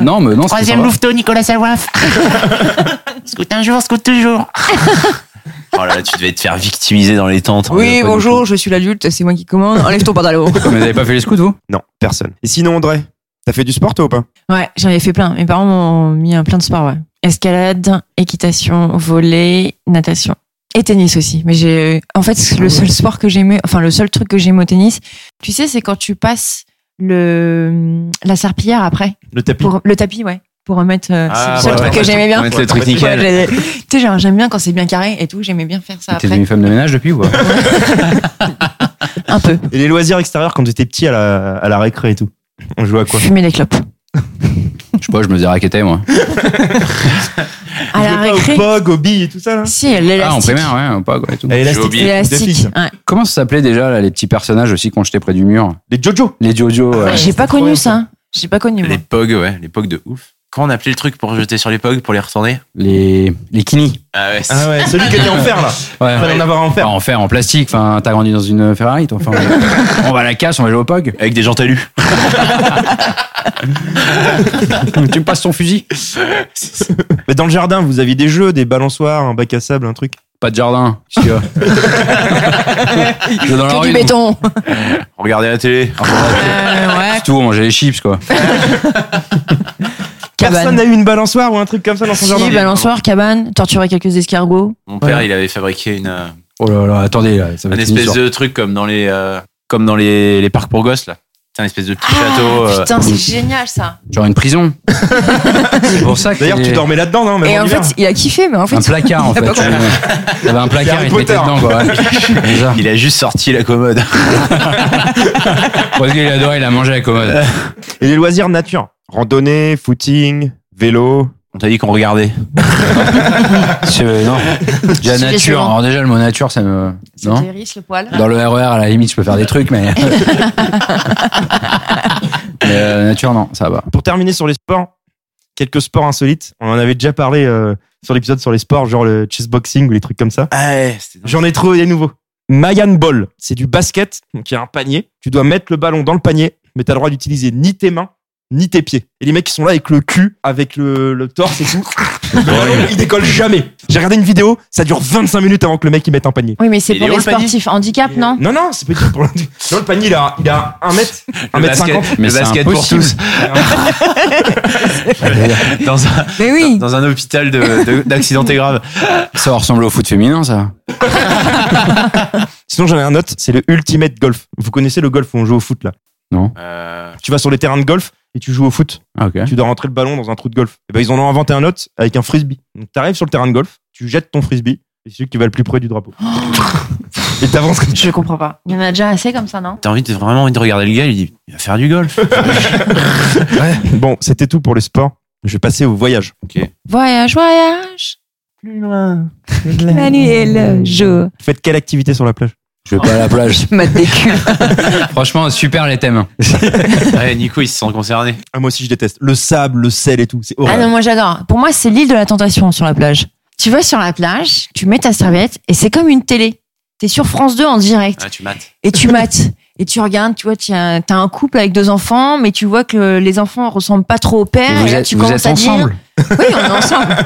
Non, mais non, c'était sympa.
louveteau, Nicolas Salwaf. scoute un jour, scoute toujours.
Oh là là, tu devais te faire victimiser dans les tentes. hein,
Oui, bonjour, je suis l'adulte, c'est moi qui commande. Enlève ton pantalon.
Mais vous n'avez pas fait les scouts, vous
Non, personne. Et sinon, André, t'as fait du sport, toi, ou pas
Ouais, j'en ai fait plein. Mes parents m'ont mis un plein de sports, ouais. Escalade, équitation, volley, natation. Et tennis aussi. Mais j'ai, euh, en fait, le seul sport que j'aimais, enfin, le seul truc que j'aimais au tennis, tu sais, c'est quand tu passes le, hum, la serpillière après.
Le tapis.
Pour, le tapis, ouais. Pour remettre, euh, c'est le seul
Ah, ouais,
truc
ouais,
que j'aimais bien.
On va mettre le truc
Ouais,
nickel.
j'ai- tu sais, genre, j'aime bien quand c'est bien carré et tout, j'aimais bien faire ça
T'es
après.
devenu femme de ménage depuis, ou quoi
Un peu.
Et les loisirs extérieurs quand t'étais petit à la, à la récré et tout. On jouait à quoi
Fumer des clopes.
Je sais pas, je me faisais raqueter, moi.
À la
On jouait
récré.
pas au POG, au billes et tout ça, là
Si,
Ah, en
l'élastique.
primaire, ouais, ou pas, quoi. et tout.
À l'élastique.
oublié.
Des
L'élastique.
filles.
ouais.
Comment ça s'appelait déjà, là, les petits personnages aussi, quand j'étais près du mur
Les Jojo.
Les Jojo. euh, ouais.
J'ai pas
trop bien,
connu ça. hein. J'ai pas connu, moi.
Les pogs, ouais, les pogs de ouf. Quand on appelait le truc pour jeter sur les pogs, pour les retourner
Les, les kinis.
Ah ouais, c'est-
Ah ouais, celui qui était en fer, là.
Ouais.
Fallait en avoir en
Enfin,
fer.
en fer, en plastique. Enfin, t'as grandi dans une Ferrari, toi. Enfin, on va à la casse, on va jouer au POG.
Avec des gens talus.
tu me passes ton fusil.
Mais dans le jardin, vous aviez des jeux, des balançoires, un bac à sable, un truc.
Pas de jardin. qu'est-ce qu'il y a Je vais dans la
Que
rue,
du
donc.
béton.
Regardez la télé.
Euh, ouais.
C'est tout, on mangeait les chips, quoi.
Personne
Cabane.
n'a eu une balançoire ou un truc comme ça dans son
Si,
jardin.
balançoire, cabane, torturer quelques escargots.
Mon père, il avait fabriqué une, euh,
Oh là là, attendez, là, ça va
un
être une
espèce
histoire.
de truc comme dans les, euh, comme dans les, les parcs pour gosses, là. C'est un espèce de
Ah,
petit château. euh,
putain, c'est génial ça.
Genre une prison. C'est pour ça que.
D'ailleurs, tu dormais là-dedans, non même
Et en
hiver.
fait, il a kiffé, mais en fait.
Un placard, en
il a
fait.
pas compris.
Il y avait un placard,
Harry
il te mettait
Potter.
dedans, quoi. ouais. Bizarre.
il a juste sorti la commode.
Parce qu'il adorait, il a mangé à la commode.
Et les loisirs nature. Randonnée, footing, vélo.
On t'a dit qu'on regardait.
Je- Non. Déjà,
Sujet
nature.
suivant.
Alors, déjà, le mot nature, ça me.
Ça
Non
hérisse le poil.
Dans le RER, à la limite, je peux faire des trucs, mais. mais euh, nature, non, ça va.
Pour terminer sur les sports, quelques sports insolites. On en avait déjà parlé euh, sur l'épisode sur les sports, genre le chessboxing ou les trucs comme ça.
Ah ouais, c'était
J'en ai trouvé des nouveaux. Mayan Ball, c'est du basket, donc il y a un panier. Tu dois mettre le ballon dans le panier, mais t'as le droit d'utiliser ni tes mains, ni tes pieds. Et les mecs qui sont là avec le cul, avec le, le torse et tout, ils décollent jamais. J'ai regardé une vidéo, ça dure 25 minutes avant que le mec il mette un panier.
Oui, mais c'est pour les sportifs handicap, non
Non, non, c'est petit pour le... Non, le panier, il a, il a 1 mètre, 1 mètre 50.
le basket pour tous. dans, un,
Mais oui.
dans un hôpital de- de- d'accidentés graves.
Ça ressemble au foot féminin, ça.
Sinon, j'en ai un autre, c'est le Ultimate Golf. Vous connaissez le golf où on joue au foot là
Euh,
Tu vas sur les terrains de golf et tu joues au foot.
Ok.
Tu dois rentrer le ballon dans un trou de golf. Et ben, ils en ont inventé un autre avec un frisbee. Donc, t'arrives sur le terrain de golf, tu jettes ton frisbee et c'est celui qui va le plus près du drapeau. et t'avances comme
Je comprends pas. Il y en a déjà assez comme ça, non
T'as envie de, vraiment envie de regarder le gars, il dit, il va faire du golf.
Bon, c'était tout pour le sport. Je vais passer au voyage.
Voyage, voyage.
Plus loin.
La nuit et le jour.
Faites quelle activité sur la plage
Je vais pas à la plage.
Je me décule.
Franchement, super les thèmes.
Ouais, Nico, il se sent concerné.
ah, Moi aussi, je déteste. Le sable, le sel et tout. C'est
Ah
horrible.
non, moi j'adore. Pour moi, c'est l'île de la tentation sur la plage. Tu vas sur la plage, tu mets ta serviette et c'est comme une télé. T'es sur France 2 en direct
Ah, tu mates.
et tu mates. Et tu regardes, tu vois, tiens, t'as un couple avec deux enfants, mais tu vois que les enfants ressemblent pas trop au père.
vous
et là,
êtes,
tu
vous
commences à
êtes
dire-
ensemble.
Oui, on est ensemble.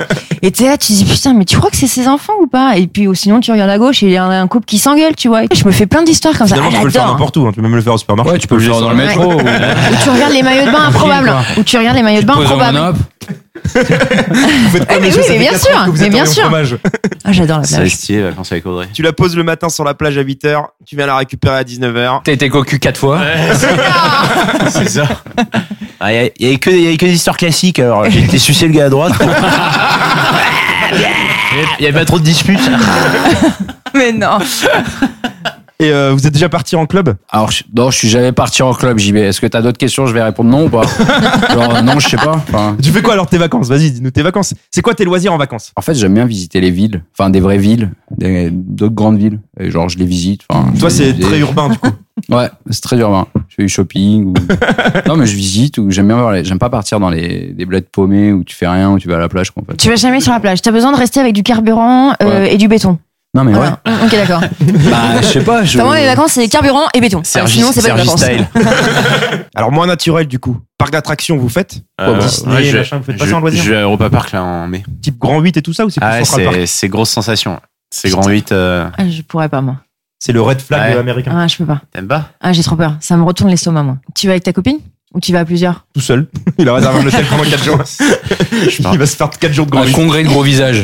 Et t'es là, tu te dis putain, mais tu crois que c'est ses enfants ou pas Et puis, ou sinon, tu regardes à gauche et il y en a un couple qui s'engueule, tu vois. Et Je me fais plein d'histoires comme ça.
Finalement,
Ah,
tu peux le faire
j'adore.
n'importe où. hein. Tu peux même le faire au supermarché.
Ouais, tu peux le faire dans le métro. ou-
Ou tu regardes les maillots de bain improbables. Ou tu regardes les maillots de bain
Pose en
improbables.
monop.
Vous faites comme
mais
les
oui,
choses,
mais
ça fait
bien
quatre
sûr,
ans que vous
mais bien
attendez au
sûr.
fromage.
Ah, j'adore la plage.
Salestier, vacances avec Audrey.
Tu la poses le matin sur la plage à 8h, tu viens la récupérer à 19h.
T'as été cocu quatre fois.
C'est ça. Il Ah, y avait que, y avait que des histoires classiques, alors j'ai été sucer le gars à droite. Il y avait pas trop de disputes.
Mais non.
Et euh, vous êtes déjà parti en club
Alors, je- non, je suis jamais parti en club, JB. Est-ce que t'as d'autres questions Je vais répondre non ou pas Genre, non, je sais pas. Enfin,
Tu fais quoi alors tes vacances Vas-y, dis-nous tes vacances. C'est quoi tes loisirs en vacances
en fait, j'aime bien visiter les villes. Enfin, des vraies villes. des- D'autres grandes villes. Et genre, je les visite. Enfin,
Toi,
je
c'est
les-
très urbain du coup.
Ouais, c'est très urbain. Je fais du shopping ou. non, mais je visite ou j'aime bien voir les- J'aime pas partir dans les, des bleds paumés où tu fais rien, où tu vas à la plage, quoi, en fait.
Tu vas jamais sur la plage. T'as besoin de rester avec du carburant euh, et du béton.
Non, mais ouais.
Voilà. Mm, Ok, d'accord.
Bah, je sais pas. Je...
Vraiment, les vacances, c'est carburant et béton. Ah,
Sergi-
sinon, c'est pas des
Sergi
vacances.
style.
Alors moins naturel du coup. Parc d'attractions, vous faites
Euh,
Disney,
ouais, je-
machin, vous faites pas
je-
ça en loisir
Je vais à Europa Park là en mai.
Type Grand 8 et tout ça ou c'est plus
Ah ouais,
Central Park
c'est- c'est grosse sensation. C'est grand 8. euh,
Ah, je pourrais pas, moi.
C'est le red flag
Ouais.
euh, américain.
Ah, je peux pas.
T'aimes pas
Ah, j'ai trop peur. Ça me retourne l'estomac, moi. Tu vas avec ta copine Ou tu vas à plusieurs
Tout seul. Il a réservé un hôtel pendant 4 jours. Il va se faire 4 jours de
Ah,
Grand
Un
8.
congrès de gros visages.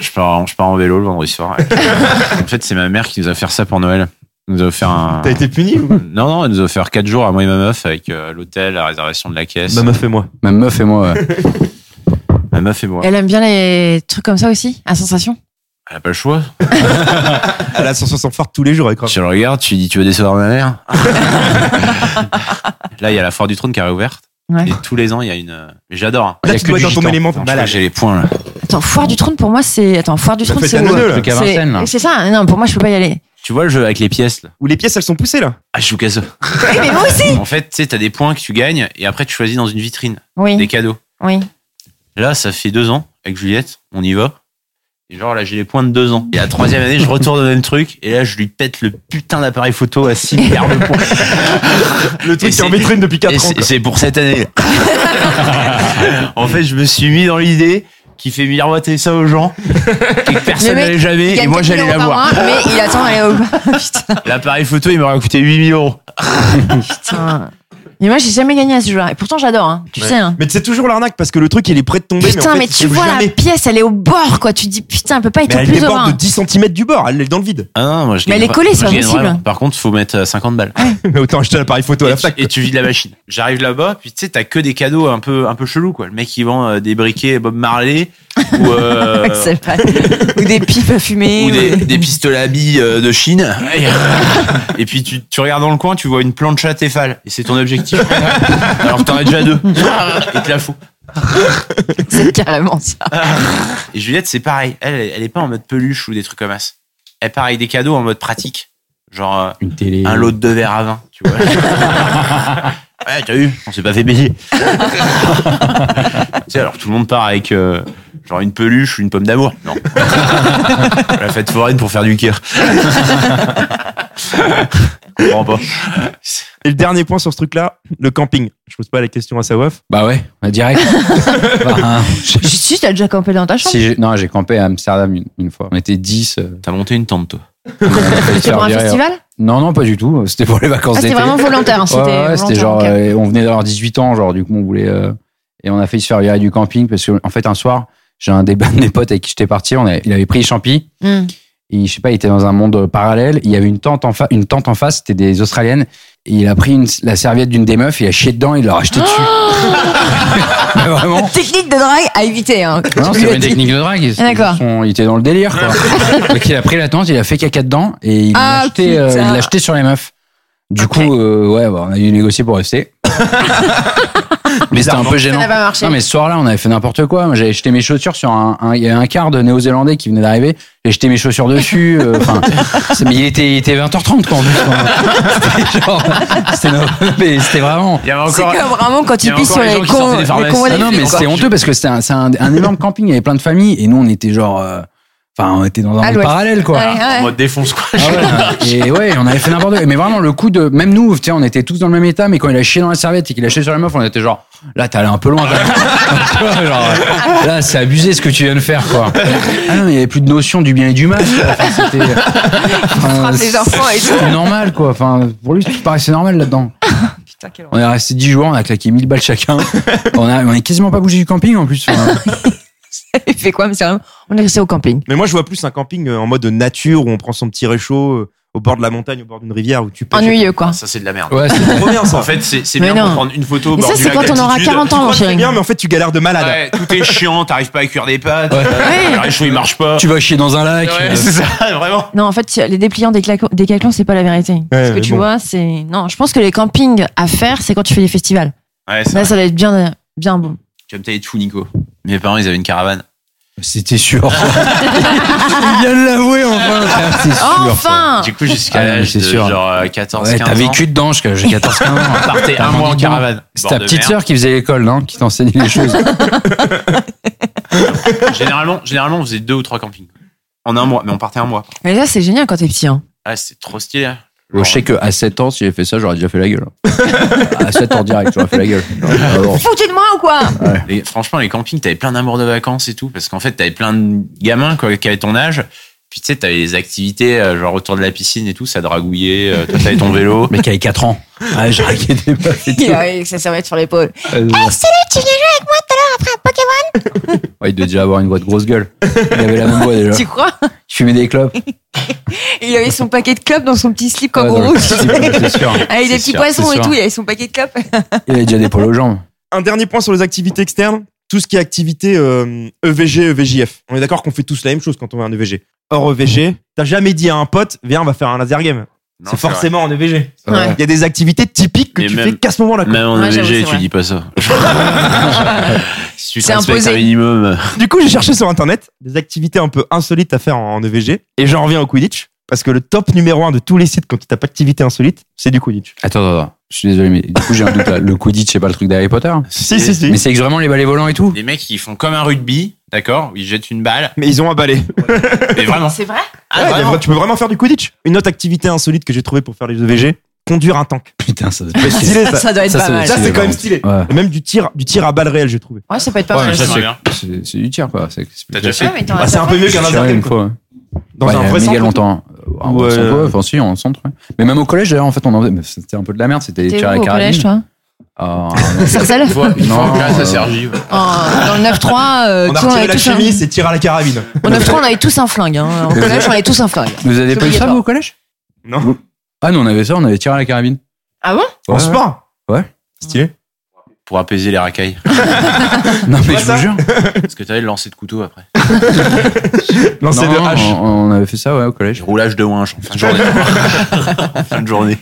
je pars, en- je pars en vélo le vendredi soir. en fait, c'est ma mère qui nous a offert ça pour Noël. Elle nous a offert un.
T'as été puni ou
Non, non, elle nous a offert 4 jours à moi et ma meuf avec euh, l'hôtel, la réservation de la caisse.
Ma meuf et moi.
Même meuf et moi, ouais.
Ma meuf et moi.
Elle aime bien les trucs comme ça aussi À sensation
Elle a pas le choix.
Elle a 160 forte tous les jours avec
Tu le regardes, tu dis, tu veux décevoir ma mère Là, il y a la foire du trône qui est réouverte.
Ouais.
Et tous les ans, il y a une. euh, Mais j'adore. hein.
Là,
y a
tu
que
dois
du
être dans ton
gitan.
élément.
Attends, je crois
Malade.
que J'ai les points là.
Attends, foire du trône, pour moi, c'est. Attends, foire du
La
trône,
fête
c'est.
à Noël,
où euh,
là.
Truc à
C'est-
Vincennes, là.
C'est ça, non, pour moi, je peux pas y aller.
Tu vois le jeu avec les pièces là
Où les pièces elles sont poussées là.
Ah, je joue qu'à ça.
Oui, mais moi aussi
En fait, tu sais, t'as des points que tu gagnes et après, tu choisis dans une vitrine des
Oui,
cadeaux.
oui.
Là, ça fait deux ans avec Juliette, on y va. Et genre, là, j'ai les points de deux ans. Et la troisième année, je retourne au même truc et là, je lui pète le putain d'appareil photo à 6 milliards de points.
Le truc qui est en
c'est-
vitrine depuis
Et
4 ans.
c'est- c'est pour cette année. en fait, je me suis mis dans l'idée qui fait miroiter ça aux gens, et que personne
Le mec,
n'allait jamais,
Il
et
gagne
moi
4 000
j'allais
euros par
l'avoir.
mois, Mais il attend d'aller au.
L'appareil photo, il m'aurait coûté 8000 euros.
Putain. Mais moi, j'ai jamais gagné à ce jeu-là. Et pourtant, j'adore, hein. tu sais. Hein.
Mais c'est toujours l'arnaque parce que le truc il est près de tomber.
Putain, mais,
mais, en fait,
tu
il
vois,
tombe
la
jamais.
pièce, elle est au bord, quoi. Tu te dis, putain, elle peut pas être
Mais elle
plus au
déborde
bord.
de 10 cm du bord, elle est dans le vide.
Ah non, moi, je
Mais
gagne
elle est collée,
vra-
c'est pas
je gagne
possible.
vraiment. Par contre, faut mettre euh, 50 balles.
Mais autant acheter un appareil photo à
Et
la
tu,
fac.
et tu vides la machine. J'arrive là-bas, puis tu sais, t'as que des cadeaux un peu, un peu chelous, quoi. Le mec, il vend euh, des briquets Bob Marley, ou, euh,
Ouais, c'est pas- ou des pipes à fumer.
ou des,
ou-
des pistolets à billes euh, de Chine. Et puis, tu, tu regardes dans le coin, tu vois une plancha Tefal. Et c'est ton objectif. Alors que t'en as déjà deux. Et te la fous.
C'est carrément ça.
Et Juliette, c'est pareil. Elle, elle est pas en mode peluche ou des trucs comme ça. Elle part avec des cadeaux en mode pratique. Genre, euh,
Une télé.
un lot de deux verres à vin, tu vois. ouais, t'as vu, on s'est pas fait baiser. tu sais, alors tout le monde part avec euh, genre une peluche ou une pomme d'amour. Non. La fête foraine pour faire du kir. Je comprends pas.
Et le dernier point sur ce truc-là, le camping. Je pose pas la question à Sawaf.
Bah ouais, bah direct. Bah, hein,
Si, t'as déjà campé dans ta chambre.
si j'ai- non, j'ai campé à Amsterdam une, une fois. On était 10. euh,
T'as monté une tente, toi.
on allait se
C'était
faire
pour un
virer.
festival
Non, non, pas du tout. C'était pour les vacances
Ah,
d'été.
C'était vraiment volontaire. hein, C'était
Ouais, ouais, c'était
volontaire,
genre,
ok.
euh, on venait d'avoir 18 ans, genre, du coup, on voulait. euh, et on a failli se faire virer du camping parce que, en fait, un soir, j'ai un des, de mes potes avec qui j'étais parti, on avait- il avait pris les champis.
Hmm.
Et, je sais pas, il était dans un monde euh, parallèle. Il y avait une tente en, fa- une tente en face, c'était des Australiennes. Et il a pris une- la serviette d'une des meufs, il a chié dedans, il l'a racheté dessus. Mais vraiment.
Technique de drague à éviter. hein.
Non,
Tu
c'est
lui
pas
as
une
dit.
technique de drague. ils-
D'accord.
ils sont- il était dans le délire, quoi. Donc il a pris la tente, il a fait caca dedans et il l'a
Ah,
acheté, euh, il
putain.
l'a acheté sur les meufs. Du coup, euh, ouais, bah, on a dû négocier pour rester. mais c'était un peu
Ça
gênant.
n'a pas marché.
Non, mais ce soir-là, on avait fait n'importe quoi. Moi, J'avais jeté mes chaussures sur un. un- Il y avait un quart de néo-zélandais qui venait d'arriver. J'ai jeté mes chaussures dessus. euh, Enfin, c'est- mais il était, il était 20h30 quand en plus. quoi. C'était genre- C'était no- mais c'était vraiment.
Il y avait encore.
comme vraiment quand
il y a encore les gens qui sortaient des pharmacies.
cons,
Ah non, mais c'était honteux parce que c'était un, c'est un- un énorme camping. Il y avait plein de familles et nous, on était genre. euh, Enfin, on était
À
dans un monde
l'ouest.
parallèle, quoi.
Ouais, ouais.
En mode défonce, quoi.
Ah ouais, et ouais, on avait fait n'importe quoi. Mais vraiment, le coup de. Même nous, tu sais, on était tous dans le même état, mais quand il a chié dans la serviette et qu'il a chié sur la meuf, on était genre, là, t'es allé un peu loin. quand même. Tu vois, genre, là, c'est abusé ce que tu viens de faire, quoi. Ah non, mais il n'y avait plus de notion du bien et du mal. quoi. Enfin, c'était. euh, Enfin,
frappe les enfants et tout.
c'était normal, quoi. Enfin, pour lui, tout paraissait normal là-dedans.
Putain, quel
On est resté 10 jours, on a claqué 1000 balles chacun. On a, on a quasiment pas bougé du camping en plus. Enfin,
Il fait quoi, mais sérieux On est resté au camping.
Mais moi, je vois plus un camping euh, en mode nature où on prend son petit réchaud euh, au bord de la montagne, au bord d'une rivière où tu pêches.
Ennuyeux, quoi.
Ça, c'est de la merde.
ouais, c'est-
C'est trop Ah. bien, ça.
En fait, c'est c'est
Mais
bien pour
non.
prendre une photo au
Mais
bord
ça,
du
c'est
lac
quand on aura
d'altitude.
40 ans, mon
C'est
chéri.
bien, mais en fait, tu galères de malade.
Ouais, tout est chiant, t'arrives pas à cuire des pâtes, euh, le réchaud il marche pas.
tu vas chier dans un lac.
Ouais,
euh,
c'est ça, vraiment.
Non, en fait, les dépliants des, claco- des caclons, c'est pas la vérité. Parce que
mais
tu
bon.
vois, c'est. Non, je pense que les campings à faire, c'est quand tu fais des festivals.
Ouais, c'est
Là, ça doit être bien, bien bon.
Tu vas me tailler de fou, Nico. Mes parents, ils avaient une caravane.
C'était sûr. Il vient de l'avouer enfin. C'est
Ah,
sûr.
Enfin
Du coup, jusqu'à
Ah, mais
l'âge
c'est
de
sûr.
genre euh, 14,
Ouais,
15
t'as
ans.
vécu dedans jusqu'à j'ai 14 15 ans.
Partez
T'as
un mois en
grandi
caravane.
C'est
Bord
ta
de
petite
merde.
sœur qui faisait l'école, non Qui t'enseignait les choses.
Généralement, généralement, on faisait deux ou trois campings. En un mois, mais on partait un mois.
Mais là, c'est génial quand t'es petit. Hein.
Ah, c'était trop stylé. hein.
Je sais qu'à 7 ans, si j'avais fait ça, j'aurais déjà fait la gueule. hein. à 7 ans direct, j'aurais fait la gueule. Alors,
Foutez de moi ou quoi
Ouais.
Et franchement, les campings, t'avais plein d'amour de vacances et tout, parce qu'en fait, t'avais plein de gamins quoi, qui avaient ton âge. Puis tu sais, t'avais les activités, euh, genre autour de la piscine et tout, ça dragouillait. euh, Toi, t'avais ton vélo.
mec avait 4 ans. Ouais, Ah, j'ai raqué des meufs et tout.
Il a- avec sa serviette sur l'épaule. tu
Euh,
viens jouer avec moi tout à l'heure après Pokémon
ouais, il devait déjà avoir une voix de grosse gueule. Il avait la même voix déjà.
Tu crois
Je fumais des clopes.
Il avait son paquet de clopes dans son petit slip
Ouais, dans le
kangourou.
petit slip, ouais, c'est sûr.
Avec des
C'est
petits
sûr,
poissons
c'est
et
sûr.
tout, il avait son paquet de clopes.
Il avait déjà des poils aux jambes.
Un dernier point sur les activités externes. Tout ce qui est activité euh, EVG, EVJF. On est d'accord qu'on fait tous la même chose quand on va un EVG. Or EVG, t'as jamais dit à un pote, viens, on va faire un laser game.
Non,
C'est forcément en EVG.
Ouais.
Il y a des activités typiques que
Mais
tu
même-
fais qu'à ce moment-là.
vrai.
quoi.
Même en
Ouais, j'avoue,
EVG,
c'est
tu
vrai.
dis pas ça. si tu te
C'est
respectes
imposé.
un minimum.
Du coup, j'ai cherché sur internet des activités un peu insolites à faire en en EVG et j'en reviens au Quidditch parce que le top numéro un de tous les sites quand tu tapes activité insolite, c'est du Quidditch.
Attends, attends, attends. Je suis désolé, mais du coup, j'ai un doute là. Le Quidditch, c'est pas le truc d'Harry Potter
Si, si, si.
Mais c'est vraiment les balais volants et tout
Les mecs, ils font comme un rugby, d'accord Ils jettent une balle.
Mais ils ont un balai.
Mais vraiment.
C'est vrai
Ah,
Ouais, il y a vra- tu peux vraiment faire du Quidditch. Une autre activité insolite que j'ai trouvée pour faire les EVG, conduire un tank.
Putain, ça doit
C'est stylé ça.
Ça doit être
Ça,
pas
c'est-
mal.
Ça, c'est quand même
vraiment-
stylé.
Ouais.
Et même du tir, du tir à balles réelles, j'ai trouvé.
Ouais, Ah, ça Ah, peut être pas
Ouais,
mal.
ça,
aussi.
c'est-
Ouais,
bien.
C'est c'est du tir, quoi. C'est c'est plus
T'as déjà fait
mais t'en as
Bah, c'est
pas
un peu
fait.
mieux qu'un laser game.
une
quoi.
fois.
Dans
Ouais,
un
il y a
vrai
méga
centre.
longtemps. Ah,
Ou,
en centre,
euh,
ouais, enfin, si, en centre. ouais. Mais même au collège, d'ailleurs, en fait, on en faisait. mais C'était un peu de la merde. C'était des
T'es
tirs à
où
la
au collège,
carabine.
toi
Ah,
Sarcelles
Non,
grâce à
euh,
Sergi. ouais.
En- Dans le 9-3, euh,
On a
tout, on
retiré
avait
la
tous un-
chemise c'est tir à la carabine.
en 9-3, on avait tous un flingue. Hein. En
Mais
collège,
vous-
on avait tous un flingue.
Vous avez
C'est
pas eu ça,
obligatoire.
vous, au collège
Non.
Ah, non, on avait ça, on avait tir à la carabine.
Ah bon
En
Ouais,
sport
Ouais.
Stylé.
Pour apaiser les racailles.
ouais. Non, mais
vois
je
ça
vous jure.
Parce que t'avais le lancer de couteau après.
Lancer
Non,
de
non,
hache.
on on avait fait ça, ouais, au collège.
Roulage de winch en fin de journée. En fin de journée.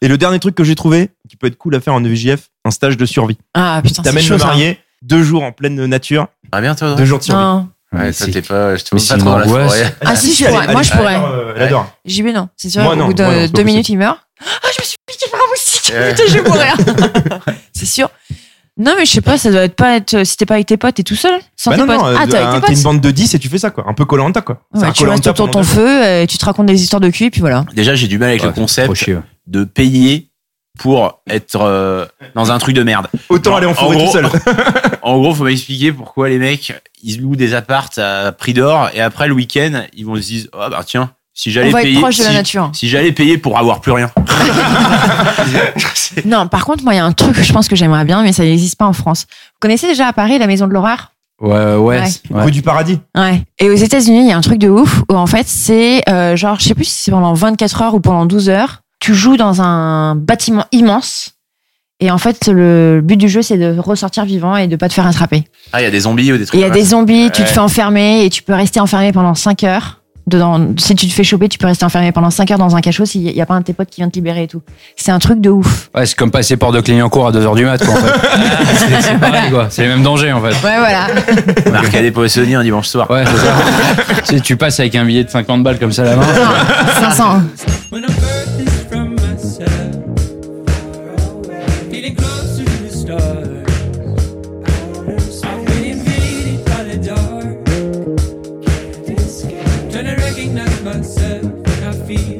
Et le dernier truc que j'ai trouvé, qui peut être cool à faire en E EVJF, un stage de survie.
Ah putain, c'est
T'amènes
chaud.
le
ça.
marié, deux jours en pleine nature,
Ah bien, toi,
deux jours de survie.
Non.
Ouais,
Mais
ça
c'est-
t'es pas, je te
mais
vois
c'est
pas trop dans la
une angoisse.
forêt.
Ah si, je pourrais. Moi, je pourrais.
Elle adore.
JB, non. C'est sûr,
Moi,
au
non,
bout de
moi, non, c'est pas
deux
possible.
minutes, il meurt. Ah, je me suis piqué par un moustique.
Ouais.
Putain, je vais mourir. c'est sûr. Non, mais je sais pas, ça doit être pas être. euh, Si t'es pas avec tes potes, t'es tout seul. Sans
Bah
tes
non,
potes.
non,
ah,
euh,
t'es avec tes
t'es une
potes.
bande de 10 et tu fais ça, quoi. Un peu Colanta, quoi. C'est
Ouais,
un
tu restes
Koh-Lanta
autour de
pendant
ton feu et tu te racontes des histoires de cul, et puis voilà.
Déjà, j'ai du mal avec le concept de payer pour être euh, dans un truc de merde.
Autant aller en forêt
gros,
tout seul.
en gros, faut m'expliquer pourquoi les mecs, ils louent des appartes à prix d'or et après le week-end, ils vont se dire, ah bah tiens, si
On
j'allais
va être
payer,
proche de la
si-
nature.
si j'allais payer pour avoir plus rien.
Non, par contre, moi, il y a un truc que je pense que j'aimerais bien, mais ça n'existe pas en France. Vous connaissez déjà à Paris la maison de l'horreur
Ouais, ouais.
Ouais.
Rue du paradis.
Ouais. Et aux États-Unis, il y a un truc de ouf où en fait, c'est euh, genre, je sais plus si c'est pendant 24 heures ou pendant 12 heures, tu joues dans un bâtiment immense. Et en fait, le but du jeu, c'est de ressortir vivant et de pas te faire attraper.
Ah, il y a des zombies ou des
Et
trucs.
Il y a
comme
des
ça.
zombies, tu te
Ouais.
fais enfermer et tu peux rester enfermé pendant 5 heures. Dedans, si tu te fais choper, tu peux rester enfermé pendant 5 heures dans un cachot s'il n'y a pas un de tes potes qui vient te libérer et tout. C'est un truc de ouf.
Ouais, c'est comme passer port de Clignancourt à 2h du mat, quoi, en fait. C'est- c'est pareil, quoi. C'est les mêmes dangers, en fait.
Ouais, voilà.
On a arcadé Poissonnier un dimanche soir.
Ouais, c'est ça. tu, sais, tu passes avec un billet de 50 balles comme ça à la main.
500.
When I'm furthest from myself, feeling closer to the stars. I've been invaded by the dark. Trying to recognize myself when I feel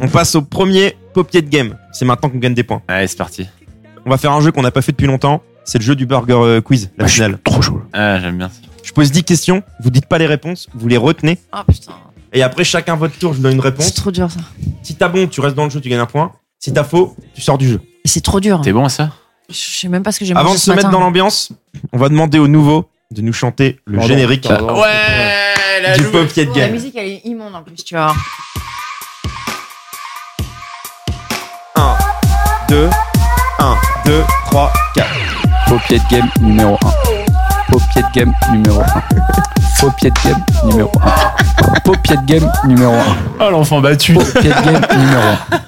On passe au premier paupier de game. C'est maintenant qu'on gagne des points.
Allez, c'est parti.
On va faire un jeu qu'on n'a pas fait depuis longtemps. C'est le jeu du burger euh, quiz, la finale. Trop chaud.
Ah, j'aime bien ça.
Je pose 10 questions, vous dites pas les réponses, vous les retenez.
Oh putain,
Et après, chacun votre tour, je vous donne une
c'est
réponse.
trop dur ça.
Si t'as bon, tu restes dans le jeu, tu gagnes un point. Si t'as faux, tu sors du jeu.
C'est trop dur.
T'es bon à ça
Je sais même pas ce que j'ai mangé
Avant de
ce
se mettre
matin.
dans l'ambiance, on va demander aux nouveaux de nous chanter le
Pardon,
générique
pardon.
Ouais,
du paupier de
La
game.
musique, elle est immonde en plus, tu vois.
2, 1, 2, 3, 4.
Faux pied de game numéro 1. Faux pied de game numéro 1. Faux pied de game numéro 1. Faux pied de game numéro 1.
Oh, l'enfant battu.
Faux pied de game numéro 1.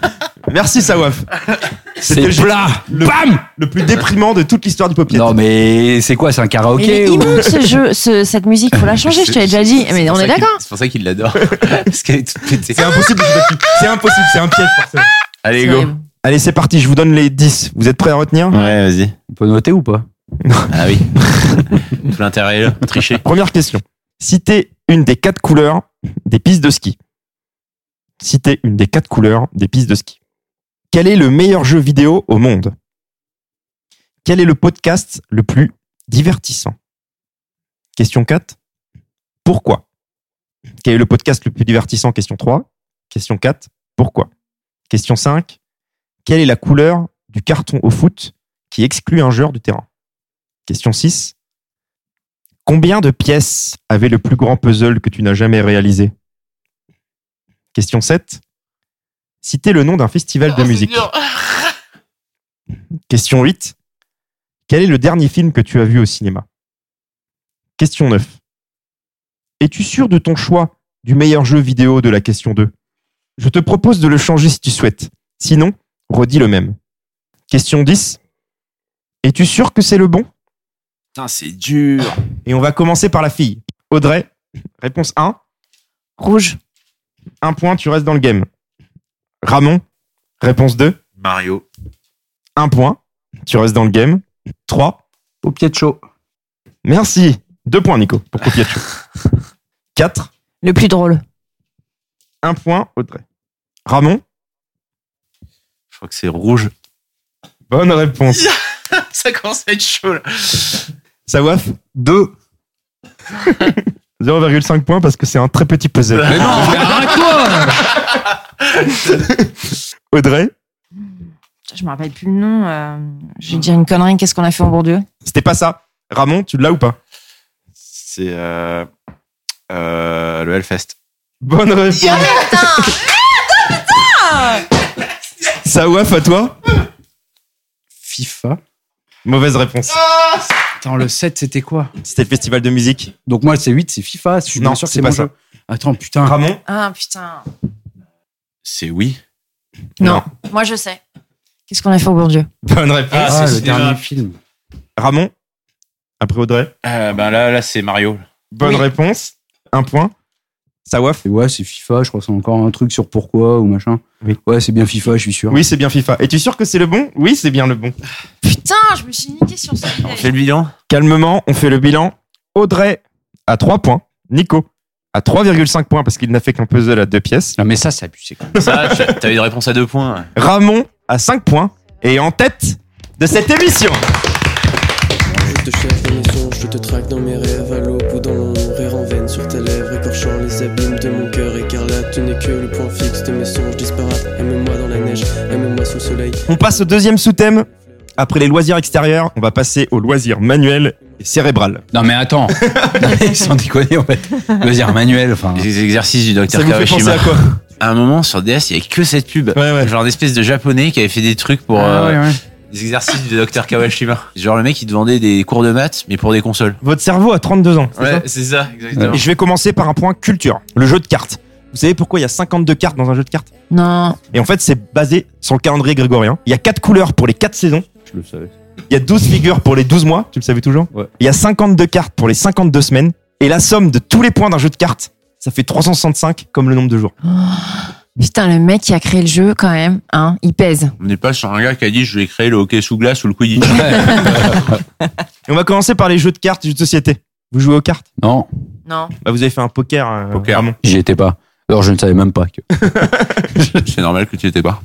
Merci Sawaf. C'était
Ah, C'est
le,
plat.
le-
Bam
le plus déprimant de toute l'histoire du paupier.
Non mais c'est quoi, c'est un
Mais il
karaoké
est
ou...
immonde ce jeu, ce- cette musique, faut la changer, je te l'ai déjà dit.
Ah, C'est
Mais on
pour ça
est
qu'il-
d'accord
C'est pour ça qu'il l'adore. Parce qu'elle est toute pétée.
C'est impossible, je l'ai plus. c'est impossible, c'est un piège forcément.
Allez,
C'est
go.
horrible.
Allez, c'est parti, je vous donne les 10. Vous êtes prêts à retenir
Ouais, vas-y.
On peut noter ou pas
Ah oui. Tout l'intérêt est là. Tricher.
Première question. Citez une des quatre couleurs des pistes de ski. Citez une des quatre couleurs des pistes de ski. Quel est le meilleur jeu vidéo au monde Quel est le podcast le plus divertissant Question 4. Pourquoi Quel est le podcast le plus divertissant Question 3. Question 4. Pourquoi Question 5. Quelle est la couleur du carton au foot qui exclut un joueur du terrain Question 6. Combien de pièces avait le plus grand puzzle que tu n'as jamais réalisé Question 7. Citez le nom d'un festival de musique. Question 8. Quel est le dernier film que tu as vu au cinéma Question 9. Es-tu sûr de ton choix du meilleur jeu vidéo de la question 2 Je te propose de le changer si tu souhaites. Sinon, redis le même. Question 10. Es-tu sûr que c'est le bon
Putain, c'est dur.
et on va commencer par la fille. Audrey, réponse 1.
Rouge.
Un point, tu restes dans le game. Ramon, réponse 2.
Mario.
Un point, tu restes dans le game. 3.
Au pied de chaud.
Merci. Deux points, Nico, pour copier de 4.
Le plus drôle.
Un point, Audrey. Ramon,
Je crois que c'est rouge.
bonne réponse.
Ça commence à être chaud, là.
Sawaf, 2. 0,5 points parce que c'est un très petit puzzle.
Mais non, mais arrête-toi
Audrey,
Putain, Je me rappelle plus le nom. euh, je vais dire une connerie. Qu'est-ce qu'on a fait au Bourdieu
c'était pas ça. Ramon, tu l'as ou pas
C'est euh, euh, le Hellfest.
Bonne réponse. Ah, Sawaf, à toi
FIFA.
Mauvaise réponse.
Attends, le 7 c'était quoi
C'était le festival de musique.
Donc moi c'est 8, c'est FIFA, je suis
Non,
bien sûr que
c'est
c'est
pas
mon
ça.
jeu. Attends, putain.
Ramon
Ah putain.
C'est oui.
Non. Moi je sais. Qu'est-ce qu'on a fait au Bourdieu
Bonne réponse.
Ah,
Ah, c'est
le
cinéma.
dernier film.
Ramon Après Audrey
Euh, ben là, là c'est Mario.
Bonne
Oui.
réponse. Un point. Sawaf
Et ouais, c'est FIFA, je crois que c'est encore un truc sur pourquoi ou machin.
Oui.
Ouais, c'est bien FIFA, je suis sûr.
Oui, c'est bien FIFA. Es-tu sûr que c'est le bon Oui, c'est bien le bon.
Putain, je me suis niqué sur ça.
le bilan. Calmement, on fait le bilan. Audrey à 3 points. Nico à 3,5 points parce qu'il n'a fait qu'un puzzle à deux pièces. Non, mais ça, c'est abusé.
Ça, t'as- t'as eu une réponse à deux points.
Ramon à 5 points et en tête de cette émission.
Je te cherche dans mes songes, je te traque dans mes rêves, à l'aube ou dans mon rire en veine sur tes lèvres, écorchant les abîmes de mon cœur écarlate. Tu n'es que le point fixe de mes songes disparates. Aime-moi dans la neige, aime-moi sous le soleil.
On passe au deuxième sous-thème. Après les loisirs extérieurs, on va passer aux loisirs manuels et cérébral.
Non mais attends, sans déconner en fait. Loisirs manuels, enfin.
Les exercices du docteur
Ça vous fait
Kawashima.
penser à quoi
À un moment sur DS, il y avait que cette pub. Genre d'espèce de japonais qui avait fait des trucs pour
Ah,
euh,
ouais, ouais.
des exercices du docteur Kawashima. Genre le mec il te vendait des cours de maths mais pour des consoles.
Votre cerveau à 32 ans. c'est
Ouais,
ça
c'est ça, exactement.
Et je vais commencer par un point culture, le jeu de cartes. Vous savez pourquoi il y a 52 cartes dans un jeu de cartes
Non.
Et en fait, c'est basé sur le calendrier grégorien. Il y a 4 couleurs pour les 4 saisons.
Je le savais.
Il y a 12 figures pour les 12 mois, tu le savais toujours
Ouais.
Il y a 52 cartes pour les 52 semaines. Et la somme de tous les points d'un jeu de cartes, ça fait 365 comme le nombre de jours.
Putain, le mec qui a créé le jeu, quand même, hein, il pèse.
On n'est pas sur un gars qui a dit je vais créer le hockey sous glace ou le quidditch.
Et on va commencer par les jeux de cartes, jeux de société. Vous jouez aux cartes
Non.
Non.
Bah, vous avez fait un poker. euh, Ramon.
J'y étais pas. Alors je ne savais même pas que.
c'est normal que tu étais pas.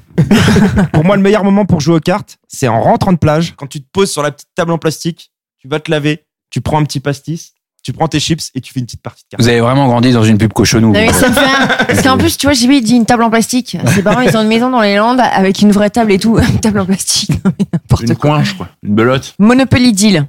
pour moi, le meilleur moment pour jouer aux cartes, c'est en rentrant de plage, quand tu te poses sur la petite table en plastique, tu vas te laver, tu prends un petit pastis, tu prends tes chips et tu fais une petite partie de cartes.
Vous avez vraiment grandi dans une pub cochonou.
Non, mais Ah ça me fait rire. Parce qu'en plus, tu vois, JB, il dit une table en plastique. Ses parents, ils ont une maison dans les Landes avec une vraie table et tout. Une table en plastique.
Une coinche quoi. Une belote.
Monopoly Deal.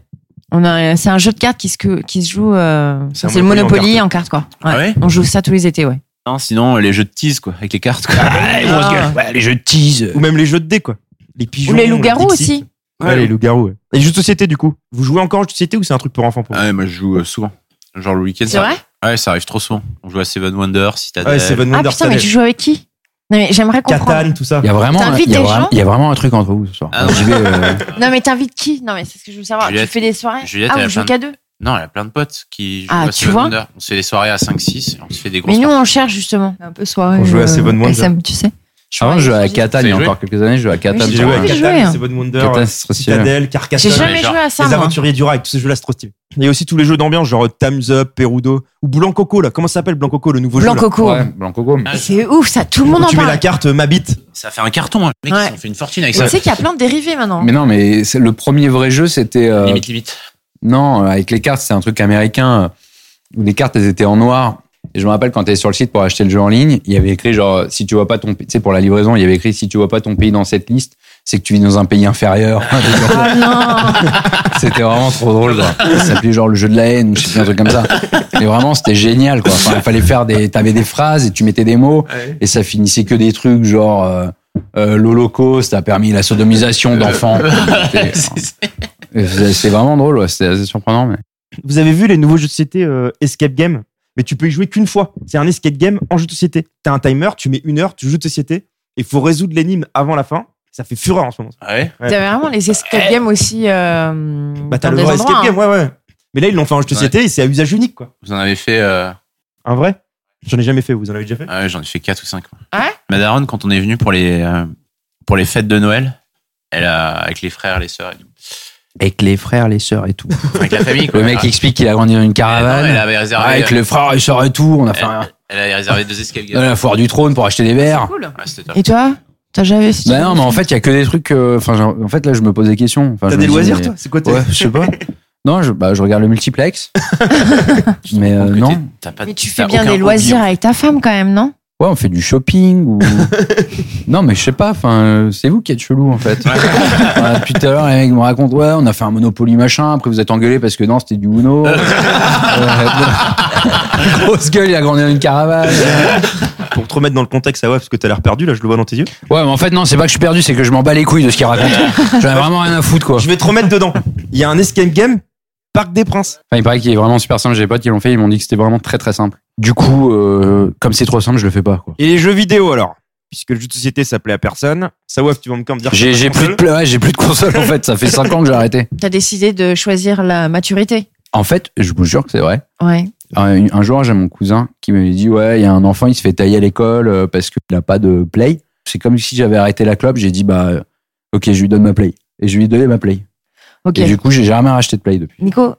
On a, c'est un jeu de cartes qui se, que- qui se joue. euh,
C'est un
c'est le
Monopoly
Monopoly
en
en cartes, quoi.
Ah ouais
On joue ça tous les étés, ouais.
Non, sinon euh, les jeux de tease quoi, avec les cartes quoi.
les grosses Ah. gueules.
Ouais, les jeux de tease.
Ou même les jeux de dés quoi. Les pigeons.
Ou les loups-garous
Dixie.
aussi.
Ouais, les loups-garous. ouais. Et jeux de société du coup. Vous jouez encore aux jeux de société ou c'est un truc pour enfants pour vous
Ouais, moi je joue euh, souvent. Genre le week-end.
C'est
ça-
vrai
Ouais, ça arrive trop souvent. On joue à Seven Wonders, Citadel.
Ouais, Seven
Ah putain, mais tu joues avec qui Non, mais j'aimerais comprendre.
tout ça.
Il y a vraiment,
T'invites
il y a
des
vraiment,
gens
il y a vraiment un truc entre vous ce soir.
Ah
J'y vais, euh,
Non, mais t'invites qui Non, mais c'est ce que je veux savoir.
Juliette.
Tu fais des soirées
Juliette,
Ah,
elle a
vous jouez
plein
qu'à
de-
deux
Non, il y a plein de potes qui jouent
Ah,
à
tu
Seven
vois
Wonders. On se fait des soirées à 5-6, on se fait des grosses
Mais nous, on cherche justement. Un peu soirée.
On jouait à
euh,
Seven Wonders.
SM, tu sais.
Avant, je jouais à Catan il y a encore quelques années, je jouais à Catan.
j'ai joué à Catan,
Catan, hein. Seven Wonders,
Catan, c'est trop stylé.
Citadel, Carcassonne.
J'ai jamais joué à ça,
Les
moi.
aventuriers du rail, tous ces jeux-là, c'est trop stylé. Il y a aussi tous les jeux d'ambiance, genre Thumbs Up, Perudo, ou Blanc Coco, là. Comment ça s'appelle Blanc Coco, le nouveau
Blanc
jeu
Coco. Ouais,
Blanc Coco.
C'est ouf, ça, tout le monde en
Tu mets la
parle.
carte euh, Ma Bite.
Ça fait un carton, hein. Les mecs,
Ouais.
ils ont fait une fortune avec
Mais Tu
ça.
sais qu'il y a plein de dérivés maintenant.
Mais non, mais c'est- le premier vrai jeu, c'était. euh,
Limite, limite.
Non, euh, avec les cartes, c'est un truc américain euh, où les cartes, elles étaient en noir. Et je me rappelle quand tu sur le site pour acheter le jeu en ligne, il y avait écrit genre euh, si tu vois pas ton pays, tu sais pour la livraison, il y avait écrit si tu vois pas ton pays dans cette liste, c'est que tu vis dans un pays inférieur. c'était vraiment trop drôle quoi. Ça s'appelait genre le jeu de la haine ou je sais plus, un truc comme ça. Mais vraiment c'était génial quoi. Enfin, il fallait faire des t'avais des phrases et tu mettais des mots et ça finissait que des trucs genre euh, euh, l'Holocauste a permis la sodomisation d'enfants. C'était- C'est c'est vraiment drôle, ouais. c'était assez surprenant. Mais...
Vous avez vu les nouveaux jeux de société euh, Escape Game Mais tu peux y jouer qu'une fois. C'est un escape game en jeu de société. T'as un timer, tu mets une heure, tu joues de société, et il faut résoudre l'énigme avant la fin. Ça fait fureur en ce moment.
Ah Ouais.
T'as vraiment les
Eh.
escape games aussi. euh,
Bah, t'as
dans
le
des
vrai
endroits,
escape
hein.
game, ouais, ouais. Mais là, ils l'ont fait en jeu de société et c'est à usage unique, quoi.
Vous en avez fait. euh,
Un vrai J'en ai jamais fait, vous en avez déjà fait
Ah ouais, j'en ai fait 4 ou 5.
Ah
Ma daronne, quand on est venu pour les, euh, pour les fêtes de Noël, elle a, avec les frères, les sœurs, et tout.
Avec les frères, les sœurs et tout.
avec la famille, quoi.
Le mec
Ah.
explique qu'il a grandi dans une caravane. Ah,
elle avait réservé-
avec le frère, les sœurs et tout. On a fait un-
Elle avait réservé deux escape games.
à la foire du trône pour acheter des verres.
Ouais, c'était top.
Et toi T'as jamais.
Bah non, mais en fait, il y a que des trucs. euh, Enfin, j'ai- en fait, là, je me pose des questions. Enfin,
T'as
je me
des
dis,
loisirs,
Ah, mais-
toi C'est quoi tes-
Ouais, je sais pas. Non, je, bah, je regarde le multiplex. mais euh, non.
Mais tu fais bien des
hein.
hein.
loisirs avec ta femme quand même, non
Ouais, on fait du shopping ou. non, mais je sais pas. Enfin, euh, c'est vous qui êtes chelou en fait. Enfin, depuis tout à l'heure, les mecs me racontent ouais, on a fait un Monopoly machin. Après, vous êtes engueulés parce que non, c'était du Uno. Euh, bon. Grosse gueule, il a grandi dans une caravane.
Pour te remettre dans le contexte, ah ouais, parce que t'as l'air perdu, là, je le vois dans tes yeux.
Ouais, mais en fait, non, c'est pas que je suis perdu, c'est que je m'en bats les couilles de ce qu'il raconte. J'en ai vraiment rien à foutre, quoi.
Je vais te remettre dedans. Il y a un escape game, Parc des Princes.
Enfin, il paraît qu'il est vraiment super simple. J'ai des potes qui l'ont fait, ils m'ont dit que c'était vraiment très très simple. Du coup, euh, comme c'est trop simple, je le fais pas, quoi.
Et les jeux vidéo, alors Puisque le jeu de société, ça plaît à personne. Ça, ouais, tu vas encore me dire. que
J'ai
t'as
j'ai
pas
plus, de
console.
pla- ouais, j'ai plus de console, en fait. Ça fait 5 ans que j'ai arrêté.
T'as décidé de choisir la maturité.
En fait, je vous jure que c'est vrai.
Ouais.
Un, un jour, j'ai mon cousin qui m'avait dit Ouais, il y a un enfant, il se fait tailler à l'école euh, parce qu'il n'a pas de play. C'est comme si j'avais arrêté la clope. J'ai dit Bah, euh, ok, je lui donne ma play. Et je lui ai donné ma play.
Ok.
Et du coup, j'ai jamais racheté de Play depuis.
Nico,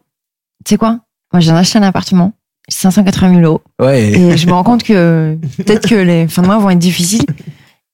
tu sais quoi Moi, j'ai acheté un appartement, 580 000 euros.
Ouais.
Et je me rends compte que peut-être que les fins de mois vont être difficiles.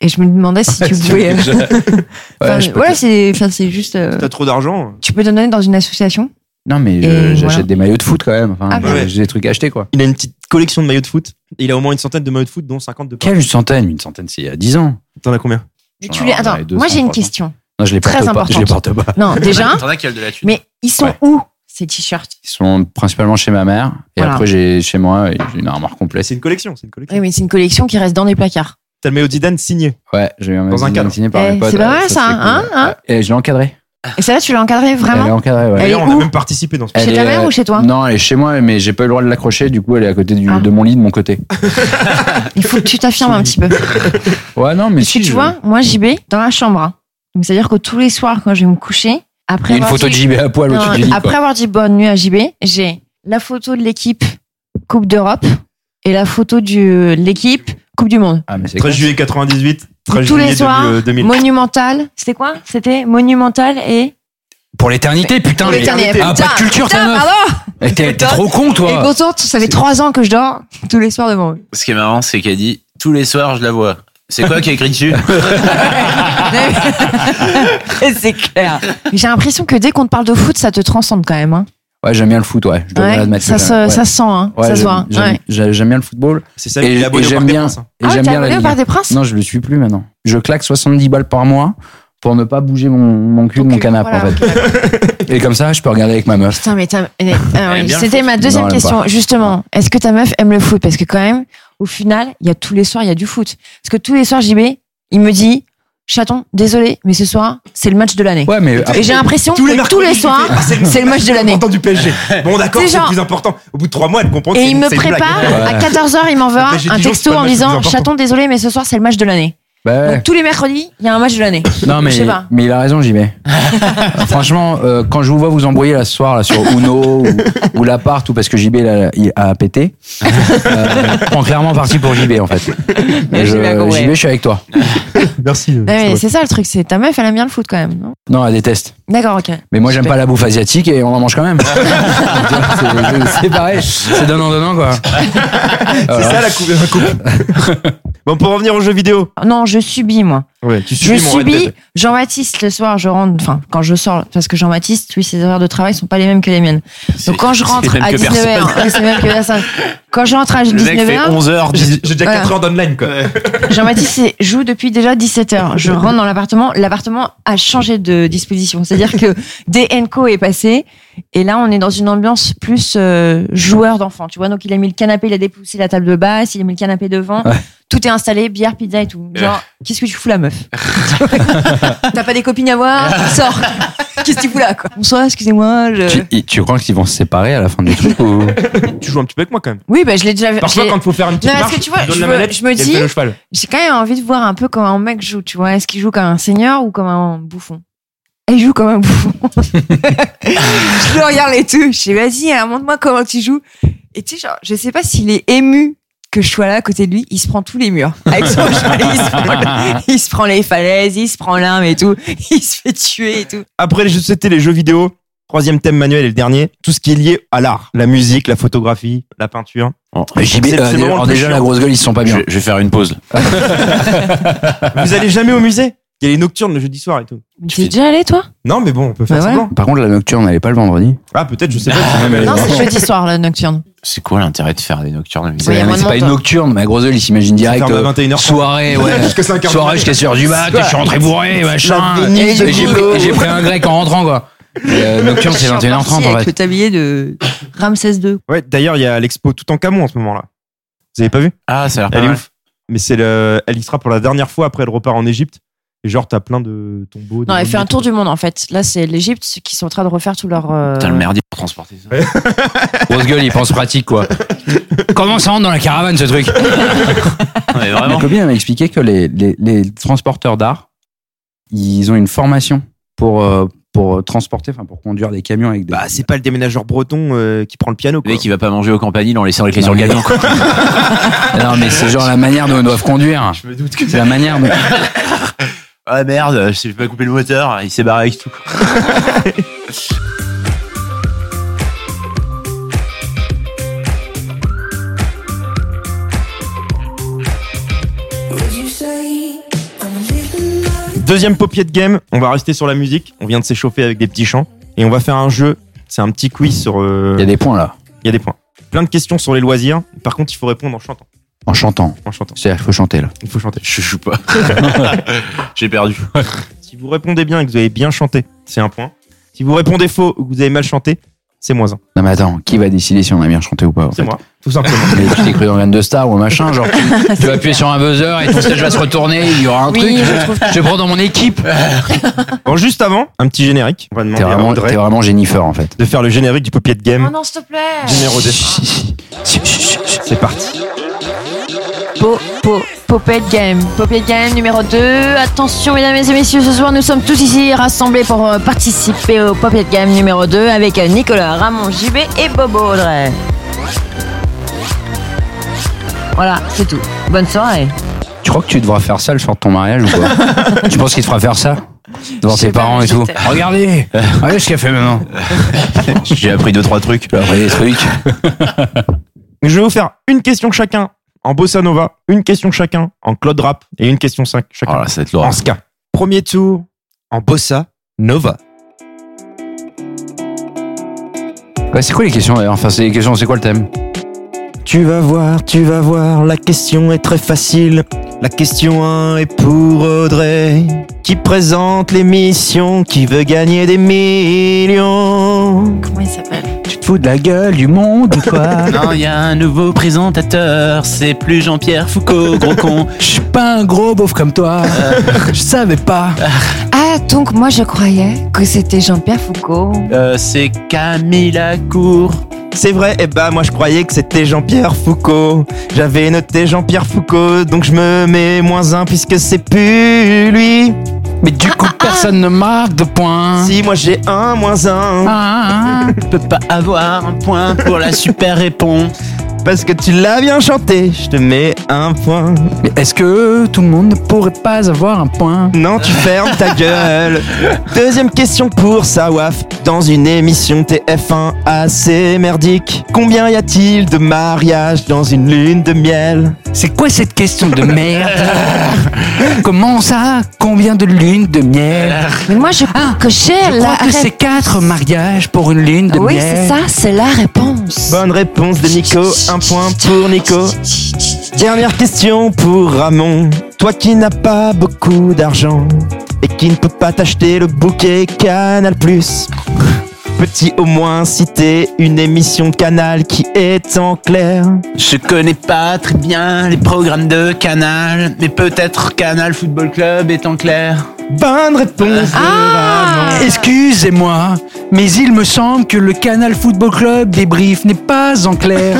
Et je me demandais si tu pouvais. euh,
déjà.
Enfin,
Ouais, je peux
voilà, c'est enfin, c'est juste. euh,
T'as trop d'argent.
Tu peux donner dans une association
Non, mais je-
Et
j'achète
voilà.
des maillots de foot quand même. Enfin,
Ah,
j'ai-
ouais.
J'ai des trucs achetés, quoi.
Il a une petite collection de maillots de foot. Et il a au moins une centaine de maillots de foot, dont 50 de
Quelle centaine Une centaine, c'est il y a 10 ans.
T'en as combien
Mais tu les... Attends, moi j'ai une question.
Non, je les porte
Très
pas. Je les
importante.
porte pas.
Non, déjà.
T'en as qui a de la thune.
Mais ils sont
Ouais.
où ces t-shirts
Ils sont principalement chez ma mère. Et
Voilà.
après, j'ai chez moi, j'ai une armoire complète.
Bah, C'est une collection, c'est une collection.
Ah Oui, mais c'est une collection qui reste dans les placards.
T'as le maillot d'Idan signé.
Ouais, j'ai eu un
Dans un
magazine
cadre.
dessiné par
Eh,
mes potes.
c'est pas mal
Ouais,
ça,
c'est cool.
hein, hein
Et je l'ai encadré.
Et celle-là, tu l'as encadrée
Elle est
vraiment
encadrée, ouais.
Elle est
D'ailleurs, on a
où
même participé dans ce
Chez
Elle
ta
est-
mère ou chez toi
Non, elle est chez moi, mais j'ai pas eu le droit de l'accrocher. Du coup, elle est à côté du-
Ah.
de mon lit, de mon côté.
Il faut que tu t'affirmes un petit peu.
Ouais, non, mais
Parce que
si,
tu
je-
vois, moi JB, dans la chambre. hein. Donc c'est-à-dire que tous les soirs, quand je vais me coucher,
Il y
après.
a une
avoir
photo de
dit-
JB à poil
Non,
au-dessus du lit. quoi.
après avoir dit bonne nuit à JB, j'ai la photo de l'équipe Coupe d'Europe et la photo de l'équipe Coupe du Monde.
Ah, mais c'est
13
classe.
juillet 98, 13
tous
juillet euh,
les soirs,
2000, 2000.
monumental. C'était quoi C'était monumental et.
Pour l'éternité, putain.
Pour
mais-
l'éternité.
Ah, pas
Putain, bah
de culture,
putain,
ta meuf.
pardon
Eh, T'es t'es trop con,
Et
toi.
contente, ça fait trois ans que je dors tous les soirs devant eux.
Ce qui est marrant, c'est qu'elle dit tous les soirs, je la vois. C'est quoi qui est écrit dessus
Ah.
c'est clair. J'ai l'impression que dès qu'on te parle de foot, ça te transcende quand même. hein.
Ouais, j'aime bien le foot, ouais. Je dois
Ouais,
bien l'admettre.
ça,
que j'aime-
se,
ouais.
ça se sent, hein,
Ouais,
ça se
j'aime-
voit.
j'aime-
ouais.
j'ai- J'aime bien le football.
C'est ça,
Et,
il est
et
abonné au
j'aime
Parc des
bien,
Princes, hein.
et
Ah ouais,
j'aime
t'es
bien la
abonné au
Ligue.
Parc des Princes
Non, je le suis plus maintenant. Je claque 70 balles par mois pour ne pas bouger mon, mon cul de mon canapé
voilà,
en fait. et comme ça, je peux regarder avec ma meuf.
Putain, mais t'as- eh, ah oui,
bien le
c'était ma deuxième
Non, elle aime
question. Justement, est-ce que ta meuf aime le foot Parce que quand même, au final, il y a tous les soirs, il y a du foot. Parce que tous les soirs, JB, il me dit, chaton, désolé, mais ce soir, c'est le match de l'année.
Ouais, mais
Et j'ai l'impression
Tous les
que tous
mercredis,
les
je
soirs,
fais, ah, c'est le-
c'est le match de l'année.
Important du PSG. Bon, d'accord,
C'est
c'est le
genre-
plus important. Au bout de trois mois, elle comprend que
Et
c'est
il
une-
me
c'est une blague.
prépare, à 14h, il m'enverra
Après, j'ai
un
dit, c'est
texto
pas le
en
match le plus
disant,
important.
chaton, désolé, mais ce soir, c'est le match de l'année.
bah, ouais.
Donc tous les mercredis, il y a un match de l'année.
non mais,
Je sais pas.
mais il a raison, j'y vais. Franchement, euh, quand je vous vois vous embrouiller là ce soir là sur Uno ou, ou l'appart ou parce que JB là, il a pété, euh, je prends clairement parti pour JB en fait. Et
j'ai bien
je-
compris.
JB, je suis avec toi.
Merci. euh,
Bah Ouais, mais
Stéphane.
c'est ça le truc, c'est ta meuf, elle aime bien le foot quand même. non
Non, elle déteste.
D'accord, ok.
Mais moi, j'aime
Super.
pas la bouffe asiatique et on en mange quand même. C'est- c'est pareil, c'est donnant donnant quoi.
C'est ça la coupe. la coupe. bon, pour revenir aux jeux vidéo.
Non, je subis moi.
Ouais, tu
Je
subis mon Red
subis
Dead.
Jean-Baptiste le soir, je rentre, enfin quand je sors, parce que Jean-Baptiste, lui, ses horaires de travail sont pas les mêmes que les miennes. Donc quand je rentre
les mêmes
à
que
19h, c'est même que personne. Quand je rentre à
Le mec fait
19h,
11h,
J'ai j'ai déjà
Voilà.
4 heures d'online, quoi.
Jean-Baptiste il joue depuis déjà 17h. Je rentre dans l'appartement, l'appartement a changé de disposition. C'est-à-dire que DNCO est passé, et là on est dans une ambiance plus euh, joueur d'enfant, tu vois. Donc il a mis le canapé, il a dépoussé la table de basse, il a mis le canapé devant.
Ouais.
Tout est installé, bière, pizza et tout. Genre, qu'est-ce que tu fous la meuf T'as pas des copines à voir Sors Qu'est-ce que tu fous là, quoi Bonsoir, excusez-moi. je-
Tu, tu crois qu'ils vont se séparer à la fin du truc ou
Tu joues un petit peu avec moi, quand même.
Oui, bah, je l'ai déjà vu.
Parfois, quand il faut faire une petite
Non, parce
marche,
que tu vois,
donnes
je
la
me-
manette,
je me
il y a le
dis-
vélo cheval.
J'ai quand même envie de voir un peu comment un mec joue, tu vois. Est-ce qu'il joue comme un seigneur ou comme un bouffon Eh, Il joue comme un bouffon. je le regarde et tout. Je dis, vas-y, alors, montre-moi comment tu joues. Et tu sais, genre, je sais pas s'il est ému que je sois là à côté de lui. Il se prend tous les murs. Avec son cheval, il se prend, il se prend les falaises, il se prend l'arme et tout. Il se fait tuer et tout.
Après les jeux de société, les jeux vidéo. Troisième thème manuel et le dernier. Tout ce qui est lié à l'art. La musique, la photographie, la peinture.
JB,
C'est-
euh,
c'est le moment
alors
le plus
déjà la
chiant.
grosse gueule, ils se sont pas bien.
vais faire une pause.
Vous allez jamais au musée Il y a les nocturnes le jeudi soir et tout.
Mais t'es déjà allé, toi
Non, mais bon, on peut faire
Bah
ça.
voilà.
Par contre, la nocturne, elle est pas le vendredi.
Ah, peut-être, je sais pas. si même elle est
Non,
là.
c'est jeudi soir, la nocturne.
C'est quoi l'intérêt de faire des nocturnes
Oui, il y a
Mais
moins
c'est
de
pas une
monde. hein.
nocturne, mais la grosse gueule, ils s'imaginent direct.
ferme à
euh,
21h30.
soirée, ouais.
Jusqu'à 5h30.
soirée jusqu'à 6h du mat, je suis rentré bourré, machin.
La venise
Et J'ai
de
pris,
boulot.
j'ai pris un grec en rentrant quoi. Mais, euh, nocturne, c'est
Je suis en
21h30
partie
en
Avec
fait.
le tablier de Ramsès II.
Ouais, d'ailleurs, il y a l'expo tout en Camon en ce moment là. Vous avez pas vu
Ah, ça a l'air pas
Elle est
mal.
ouf. Mais c'est le, elle y sera pour la dernière fois après elle repart en Égypte. Et genre, t'as plein de tombeaux.
Non,
des
elle fait un
momies,
tour
tout.
du monde en fait. Là, c'est l'Égypte ceux qui sont en train de refaire tout leur. euh,
Putain, le merdier pour transporter ça.
Grosse gueule, ils pensent pratique quoi. Comment ça rentre dans la caravane ce truc
Non, mais
Ma
vraiment.
copine m'a expliqué que les, les, les transporteurs d'art, ils ont une formation pour, euh, pour transporter, enfin pour conduire des camions avec des.
Bah, c'est pas le déménageur breton euh, qui prend le piano.
Le
Quoi.
mec, il va pas manger au campanile en laissant les clés sur le
Non, mais-
camion. quoi.
Ah non, mais c'est genre la manière dont ils doivent conduire.
Je me doute que
C'est la manière dont.
Ah merde, je sais pas couper le moteur, il s'est barré avec tout.
Deuxième paupier de game, on va rester sur la musique. On vient de s'échauffer avec des petits chants. Et on va faire un jeu. C'est un petit quiz sur. Il y a
des points là.
Il y a des points. Plein de questions sur les loisirs. Par contre, il faut répondre en chantant.
En chantant.
En chantant.
C'est-à-dire qu'il faut chanter là.
Il faut chanter.
Je joue pas. J'ai perdu.
si vous répondez bien et que vous avez bien chanté, c'est un point. Si vous répondez faux ou que vous avez mal chanté, c'est moins un.
Non mais attends, qui va décider si on a bien chanté ou pas
C'est moi, tout simplement.
Mais tu t'es cru dans Van de Star ou un machin, genre tu, tu vas appuyer sur un buzzer et ton siège va se retourner, il y aura un
Oui,
truc.
je trouve-
te prends dans mon équipe.
Bon, juste avant, un petit générique. On va demander
T'es
à
vraiment,
Audrey
t'es vraiment Jennifer en fait.
de faire le générique du paupier de game.
Oh non, s'il te plaît.
Numéro 2. C'est parti.
Po, po, Popette Game. Popette Game numéro 2. Attention, mesdames et messieurs, ce soir, nous sommes tous ici rassemblés pour euh, participer au Popette Game numéro 2 avec euh, Nicolas, Ramon, JB et Bobo Audrey. Voilà, c'est tout. Bonne soirée.
Tu crois que tu devras faire ça le soir de ton mariage ou quoi Tu penses qu'il te fera faire ça Devant
Je sais
tes
pas,
parents et tout.
j'étais-
Regardez Regardez ce qu'il a fait maintenant.
J'ai appris deux trois trucs.
Regardez les trucs.
Je vais vous faire une question chacun en bossa nova, une question chacun en Claude rap et une question 5 chacun.
Oh ça
Oh
va être l'horreur.
En ska. Premier tour en bossa nova.
Ouais, c'est quoi les questions d'ailleurs Enfin, c'est les questions, c'est quoi le thème
Tu vas voir, tu vas voir, la question est très facile. La question 1 est pour Audrey, qui présente l'émission, qui veut gagner des millions.
Comment il s'appelle
Tu te fous de la gueule du monde ou quoi
Non, il y a un nouveau présentateur, c'est plus Jean-Pierre Foucault, gros con.
Je suis pas un gros beauf comme toi. Je savais pas.
Ah, donc moi je croyais que c'était Jean-Pierre Foucault.
Euh, c'est Camille Lacour.
C'est vrai, eh ben moi je croyais que c'était Jean-Pierre Foucault. J'avais noté Jean-Pierre Foucault, donc je me mets moins un puisque c'est plus lui.
Mais du coup, personne ne marque de Ah, points.
Si moi j'ai un moins un.
Je peux pas avoir un point pour la super réponse.
Parce que tu l'as bien chanté, je te mets un point.
Mais est-ce que tout le monde ne pourrait pas avoir un point
Non, tu fermes ta gueule. Deuxième question pour Sawaf. Dans une émission TF1 assez merdique, combien y a-t-il de mariages dans une lune de miel
C'est quoi cette question de merde Comment ça Combien de lunes de miel
Mais moi je crois que j'ai
Ah, Je
la
crois que c'est
réponse.
quatre mariages pour une lune de
Oui,
miel.
c'est ça, c'est la réponse.
Bonne réponse de Nico, un point pour Nico. Dernière question pour Ramon. Toi qui n'as pas beaucoup d'argent et qui ne peut pas t'acheter le bouquet Canal Plus, peux-tu au moins citer une émission de Canal qui est en clair
Je connais pas très bien les programmes de Canal, mais peut-être Canal Football Club est en clair.
Bonne réponse de Ramon.
Ah. Excusez-moi, mais il me semble que le Canal Football Club débrief n'est pas en clair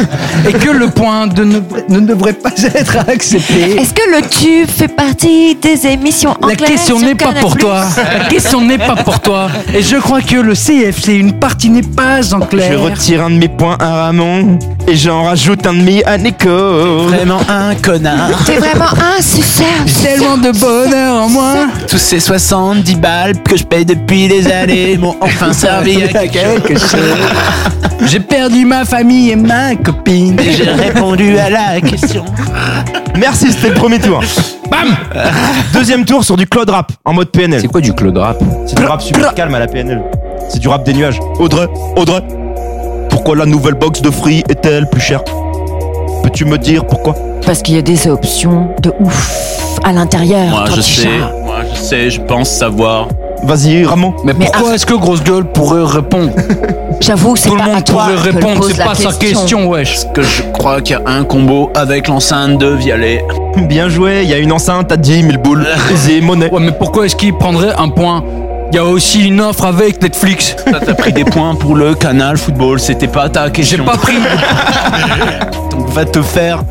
et que le point de ne, ne devrait pas être accepté.
Est-ce que le tube fait partie des émissions
La
anglaises
question
sur
n'est pas
Canal+.
pour toi. La question n'est pas pour toi. Et je crois que le CFC, une partie n'est pas en
Je
clair.
retire un de mes points à Ramon et j'en rajoute un demi à Nico.
Vraiment un connard.
T'es vraiment insucciable.
Tellement de bonheur en moi.
Tous ces 70 balles que je paye depuis des années m'ont enfin servi à quelque chose.
J'ai perdu ma famille et ma copine.
Et j'ai répondu à la question.
Merci, c'était le premier tour.
Bam
Deuxième tour sur du Claude Rap en mode PNL.
quoi du Claude Rap
C'est du rap super calme à la PNL. C'est du rap des nuages. Audrey, Audrey, pourquoi la nouvelle box de Free est-elle plus chère Peux-tu me dire pourquoi
Parce qu'il y a des options de ouf à l'intérieur.
Moi
toi,
je
petit
sais,
chat.
moi je sais, je pense savoir.
Vas-y, Ramon.
Mais ah.
Mais
pourquoi est-ce que Grosse Gueule pourrait répondre
J'avoue, c'est
Tout le
pas à
monde
toi
pourrait
que je
répondre,
pose
c'est
la
pas sa question, wesh.
Parce que je crois qu'il y a un combo avec l'enceinte de Vialet.
Bien joué, il y a une enceinte à 10 000 boules. C'est monnaie.
Ouais, mais pourquoi est-ce qu'il prendrait un point Il y a aussi une offre avec Netflix.
Toi t'as pris des points pour le canal football, c'était pas ta
J'ai
question.
pas pris.
Donc va te faire.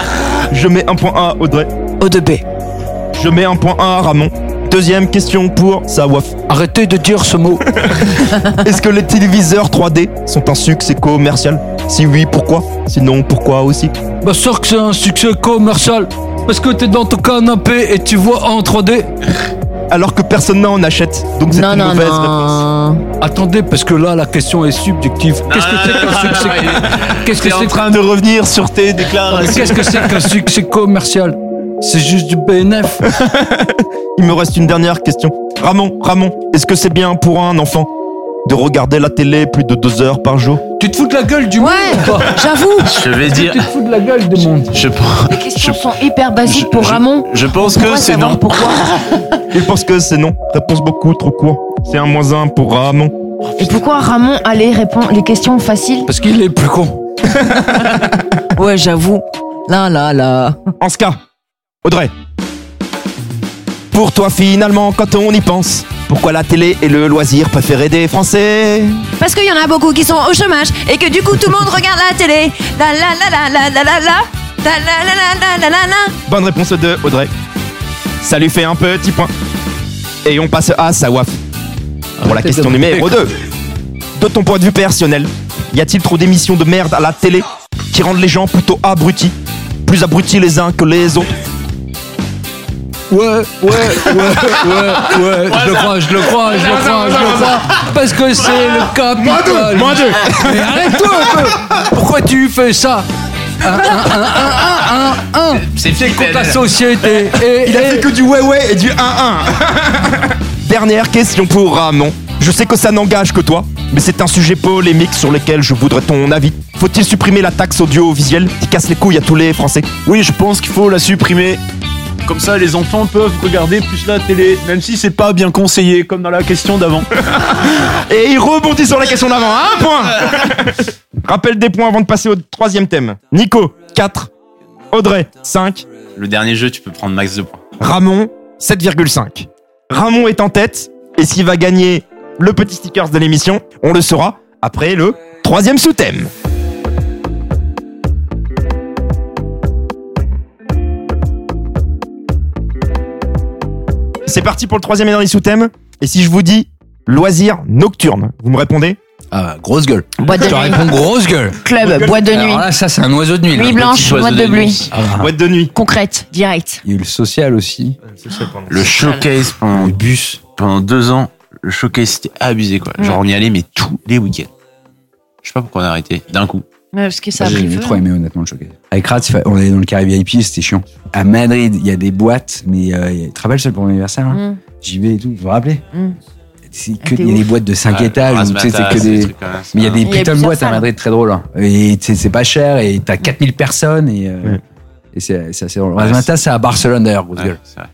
Je mets un point A à Audrey.
O2B.
Je mets un point A à Ramon. Deuxième question pour Sawaf.
Arrêtez de dire ce mot.
Est-ce que les téléviseurs 3D sont un succès commercial Si oui, pourquoi Sinon, pourquoi aussi
Bah sûr que c'est un succès commercial. Parce que t'es dans ton canapé et tu vois en 3D.
alors que personne n'en achète. Donc c'est
Non,
une
non,
mauvaise
non.
réponse.
Attendez, parce que là, la question est subjective. Qu'est-ce que c'est qu'un succès Qu'est-ce que c'est en train
de revenir sur tes déclarations
Qu'est-ce que c'est qu'un succès commercial C'est juste du BNF.
Il me reste une dernière question. Ramon, Ramon, est-ce que c'est bien pour un enfant de regarder la télé plus de deux heures par jour
Tu te fous de la gueule du monde ou quoi
J'avoue.
Je vais dire.
Tu te fous de la gueule du monde.
Je pense.
Les questions sont hyper basiques pour Ramon.
Je pense
Pourquoi savoir Pourquoi
Je pense que c'est non. Réponse beaucoup trop court. C'est un moins un pour Ramon.
Et pourquoi Ramon allait répondre les questions faciles
Parce qu'il est plus con.
ouais, j'avoue. Là, là, là.
En ce cas, Audrey. Pour toi, finalement, quand on y pense, pourquoi la télé est le loisir préféré des Français
Parce qu'il y en a beaucoup qui sont au chômage et que du coup tout le monde regarde la télé. La la la la la la la la. La la la la la la la la.
Bonne réponse de Audrey. Ça lui fait un petit point. Et on passe à Sawaf. Pour la
Arrêtez
question
de me
numéro 2. De ton point de vue personnel, y a-t-il trop d'émissions de merde à la télé qui rendent les gens plutôt abrutis Plus abrutis les uns que les autres
Ouais, ouais, ouais, ouais, ouais. Je le crois, je le crois, je le crois, je le crois. Parce que c'est Ah, le capital.
Moins deux.
Mais arrête-toi un peu. Pourquoi tu fais ça Un, un, un, un, un, un.
C'est
C'est contre la société. Et,
Il a fait que du ouais ouais et du 1-1. Dernière question pour Ramon. Je sais que ça n'engage que toi, mais c'est un sujet polémique sur lequel je voudrais ton avis. Faut-il supprimer la taxe audiovisuelle qui casse les couilles à tous les Français
Oui, je pense qu'il faut la supprimer. Comme ça, les enfants peuvent regarder plus la télé, même si c'est pas bien conseillé, comme dans la question d'avant.
Et il rebondit sur la question d'avant. Un point Rappel des points avant de passer au troisième thème. Nico, 4. Audrey, 5.
Le dernier jeu, tu peux prendre max de points.
Ramon, 7,5. Ramon est en tête. Et s'il va gagner le petit stickers de l'émission, on le saura après le troisième sous-thème. C'est parti pour le troisième et dernier sous-thème. Et si je vous dis loisirs nocturnes, vous me répondez
Ah, grosse gueule.
Boîte de
Je te
nuit.
réponds Ah, grosse gueule.
Club, boîte de nuit.
Alors là, ça, c'est un oiseau de nuit. là.
Nuit
Le petit
blanche,
oiseau
boîte de
nuit.
nuit.
Ah.
Boîte de nuit.
Concrète, direct.
Il y a eu le social aussi.
Ah,
Le showcase pendant bus, pendant deux ans, le showcase c'était abusé quoi. Genre on y allait mais tous les week-ends. Je sais pas pourquoi on a arrêté d'un coup.
Ouais, parce que ça
Moi,
a
J'ai
pris
j'ai
feu.
trop aimé honnêtement le showcase. Avec Ratz, il fa- on allait dans le carré VIP, c'était chiant. À Madrid, il y a des boîtes, mais euh, il y a- tu te rappelles celle pour mon anniversaire là
Mm,
J'y vais et tout, vous vous rappelez
mm.
C'est que-
Ah, t'es
Il y a des
ouf.
boîtes de 5
Ouais,
étages, où, tu sais, c'est
Razzmatazz,
que des...
trucs comme ça.
Mais Ah. il y a des
Il y a
putains de
plusieurs
boîtes à
salles.
Madrid très drôles. hein. Et tu sais, c'est pas cher et t'as 4000 personnes et, euh,
Ouais.
et c'est c'est assez drôle.
Ouais,
Razzmatazz, c'est à Barcelone d'ailleurs, grosse
Ouais,
gueule.
c'est vrai.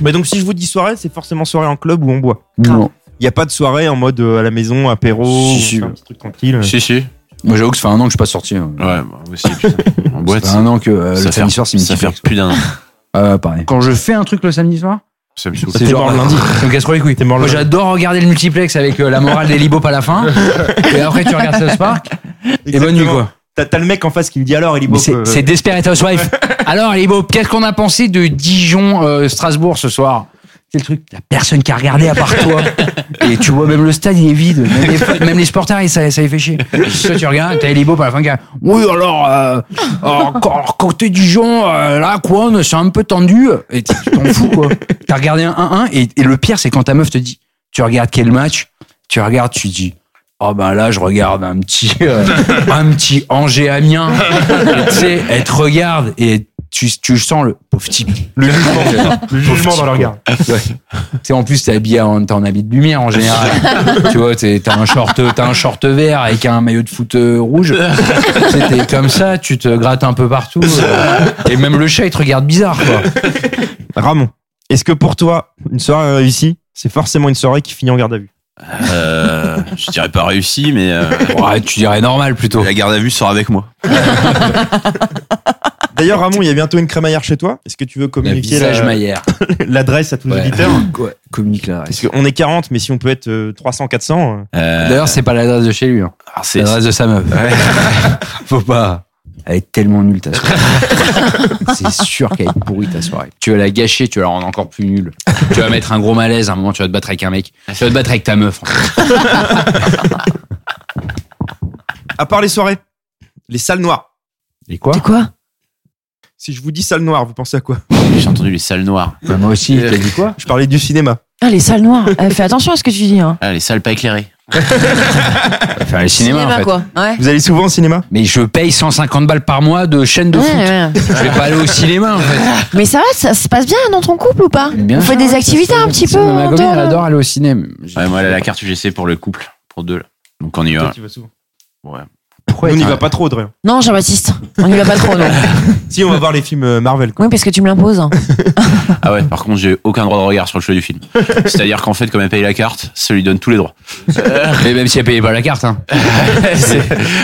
Mais Bah, donc si je vous dis soirée, c'est forcément soirée en club où on boit.
Non.
Il y a pas de soirée en mode euh, à la maison, apéro,
Si,
on
si.
fait un petit truc tranquille.
Si si.
Moi j'avoue que ça fait un an que je suis pas sorti. hein.
Ouais, moi aussi. putain. Ah, En
Ça
boîte,
fait un an que euh,
ça
le
fait,
samedi soir c'est
ça fait
mythique.
plus d'un an.
Euh, pareil. Quand je fais un truc le samedi soir,
Ça me saoule.
T'es
C'est genre
mort le lundi.
Ça me casse trop les couilles.
T'es mort le
Moi,
lundi.
j'adore regarder le multiplex avec euh, la morale des libos à la fin. et après, tu regardes South Park. Et bonne nuit,
Exactement.
quoi.
T'as t'as le mec en face qui me dit alors, il est
Mais
beau.
C'est
euh,
c'est Desperate Housewife. Alors, Libo, qu'est-ce qu'on a pensé de Dijon-Strasbourg ce soir C'est le truc, la personne qui a regardé à part toi. Et tu vois, même le stade, il est vide. Même les, même les supporters, et ça, ça les fait chier. Toi, tu regardes, t'as Libo par la fin qui a Oui, alors, euh, alors, co- alors, côté Dijon, euh, là, quoi, on s'est un peu tendu. Et tu tu t'en fous, quoi. T'as regardé un 1-1, et, et le pire, c'est quand ta meuf te dit Tu regardes quel match Tu regardes, tu dis Oh ben là, je regarde un petit, euh, un petit Angers Amiens. Et Tu sais, elle te regarde et tu, tu sens le pauvre type.
le jugement, le jugement dans le regard.
Tu sais, en plus, t'es habillé en, t'es en habit de lumière en général. tu vois, t'es- t'as un short, t'as un short vert avec un maillot de foot euh, rouge. C'était comme ça, tu te grattes un peu partout. euh, et même le chat, il te regarde bizarre, quoi.
Ramon, est-ce que pour toi, une soirée réussie, c'est forcément une soirée qui finit en garde à vue
Euh, je dirais pas réussi, mais euh,
Ouais, tu dirais normal plutôt.
la garde à vue sort avec moi.
D'ailleurs, Ramon, il y a bientôt une crémaillère chez toi. Est-ce que tu veux
La
communiquer
visage
la-
maillère.
l'adresse à tous nos
Ouais.
auditeurs
Ouais, communique là.
Parce qu'on est 40, mais si on peut être euh, 300, 400. euh,
Euh,
D'ailleurs, c'est pas l'adresse de chez lui. hein.
alors,
C'est
c'est-
l'adresse de sa meuf. Faut pas. Elle est tellement nulle ta soirée. C'est sûr qu'elle est pourrie ta soirée. Tu vas la gâcher, tu vas la rendre encore plus nulle. Tu vas mettre un gros malaise à un moment, tu vas te battre avec un mec. Tu vas te battre avec ta meuf. en fait.
À part les soirées, les salles noires.
Et quoi
C'est quoi
Si je vous dis salle noire, vous pensez à quoi
J'ai entendu les salles noires.
Bah, moi aussi,
t'as
dit quoi
Je parlais du cinéma.
Ah, les salles noires. Eh, fais attention à ce que tu dis. Hein.
Ah, les salles pas éclairées.
Enfin, les cinémas,
Cinéma,
en fait.
quoi. Ouais.
Vous allez souvent au cinéma
Mais je paye 150 balles par mois de chaîne de
Ouais,
foot.
ouais.
Je vais pas aller au cinéma, en fait.
Mais ça va, ça se passe bien dans ton couple ou pas
Bien
On
sûr,
fait des
ça
activités un petit peu
Ma
en
copine,
dehors
elle
de-
adore aller au cinéma.
Ouais, moi, elle a la carte UGC pour le couple, pour deux. là. Donc on y
Toi,
va.
tu vas souvent.
Ouais.
Nous, on n'y va pas trop, Audrey.
Non, Jean-Baptiste, on y va pas trop, non.
Si, on va voir les films euh, Marvel.
Oui, parce que tu me l'imposes.
Ah ouais, par contre, j'ai aucun droit de regard sur le choix du film. C'est-à-dire qu'en fait, quand elle paye la carte, ça lui donne tous les droits.
Mais même si elle payait pas la carte, hein.
je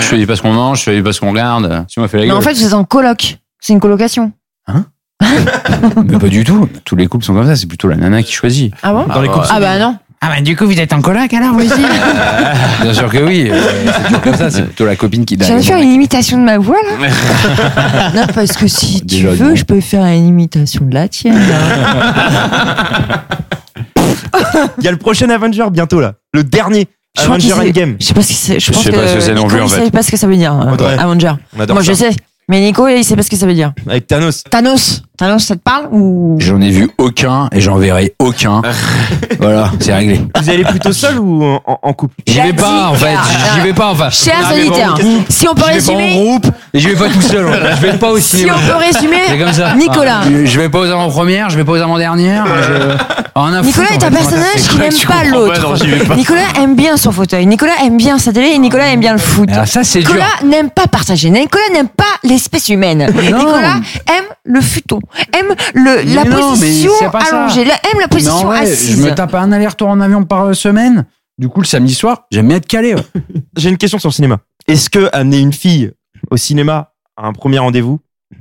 fais pas ce qu'on mange, je fais pas ce qu'on garde.
Tu m'as fait la
Mais
gueule.
en fait, vous êtes en coloc. C'est une colocation.
Mais pas du tout. Tous les couples sont comme ça. C'est plutôt la nana qui choisit.
Ah bon
Dans les couples.
Ah bah non.
Ah bah du coup, vous êtes en coloc alors, vous aussi Bien sûr que oui. euh, C'est toujours comme ça. C'est plutôt la copine qui
J'allais
donne.
faire une imitation de ma voix là.
Non, parce que si tu
Déjà,
veux,
non.
je peux faire une imitation de la tienne. hein.
Il y a le prochain Avenger bientôt, là. Le dernier.
Je crois
Avenger
qu'il s'est-
Endgame.
Je sais pas ce que c'est. Je, pense
sais pas ce que c'est non plus, en
Je sais
fait.
pas ce que ça veut dire. euh,
Audrey,
Avenger.
on adore
Moi, je
ça.
sais. Mais Nico, il sait pas ce que ça veut dire.
Avec Thanos.
Thanos. Thanos, ça te parle ou
J'en ai vu aucun et j'en verrai aucun. voilà, c'est réglé.
Vous allez plutôt seul ou en, en- en couple
J'y vais pas en fait.
Ah.
J'y vais pas en fait.
Chers auditeurs, si on peut
Je vais pas en
résumer,
groupe et je vais pas tout seul. en fait. Je vais pas au
Si
cinéma.
on peut résumer,
C'est comme ça. Ah,
Nicolas.
Je- Je vais pas aux avant-premières, je vais pas aux avant-dernières. je- Oh, On en a
Nicolas
foutre,
est un
en fait, on en a-
personnage
c'est
qui
quoi,
n'aime
tu
pas
comprends non, j'y vais
l'autre.
pas.
Nicolas aime bien son fauteuil. Nicolas aime bien sa télé. Et Nicolas aime bien le foot.
Mais alors Ah, ça, c'est dur.
Nicolas n'aime pas partager. Nicolas n'aime pas l'espèce humaine. Nicolas aime le futon. Aime le, la
Mais non, mais
position
c'est pas ça.
allongée. la- Aime la
Mais
position
en vrai,
assise.
Je me tape un aller-retour en avion par euh, semaine. Du coup, le samedi soir, j'aime bien être calé. ouais.
J'ai une question sur le cinéma. Est-ce que amener une fille au cinéma à un premier rendez-vous,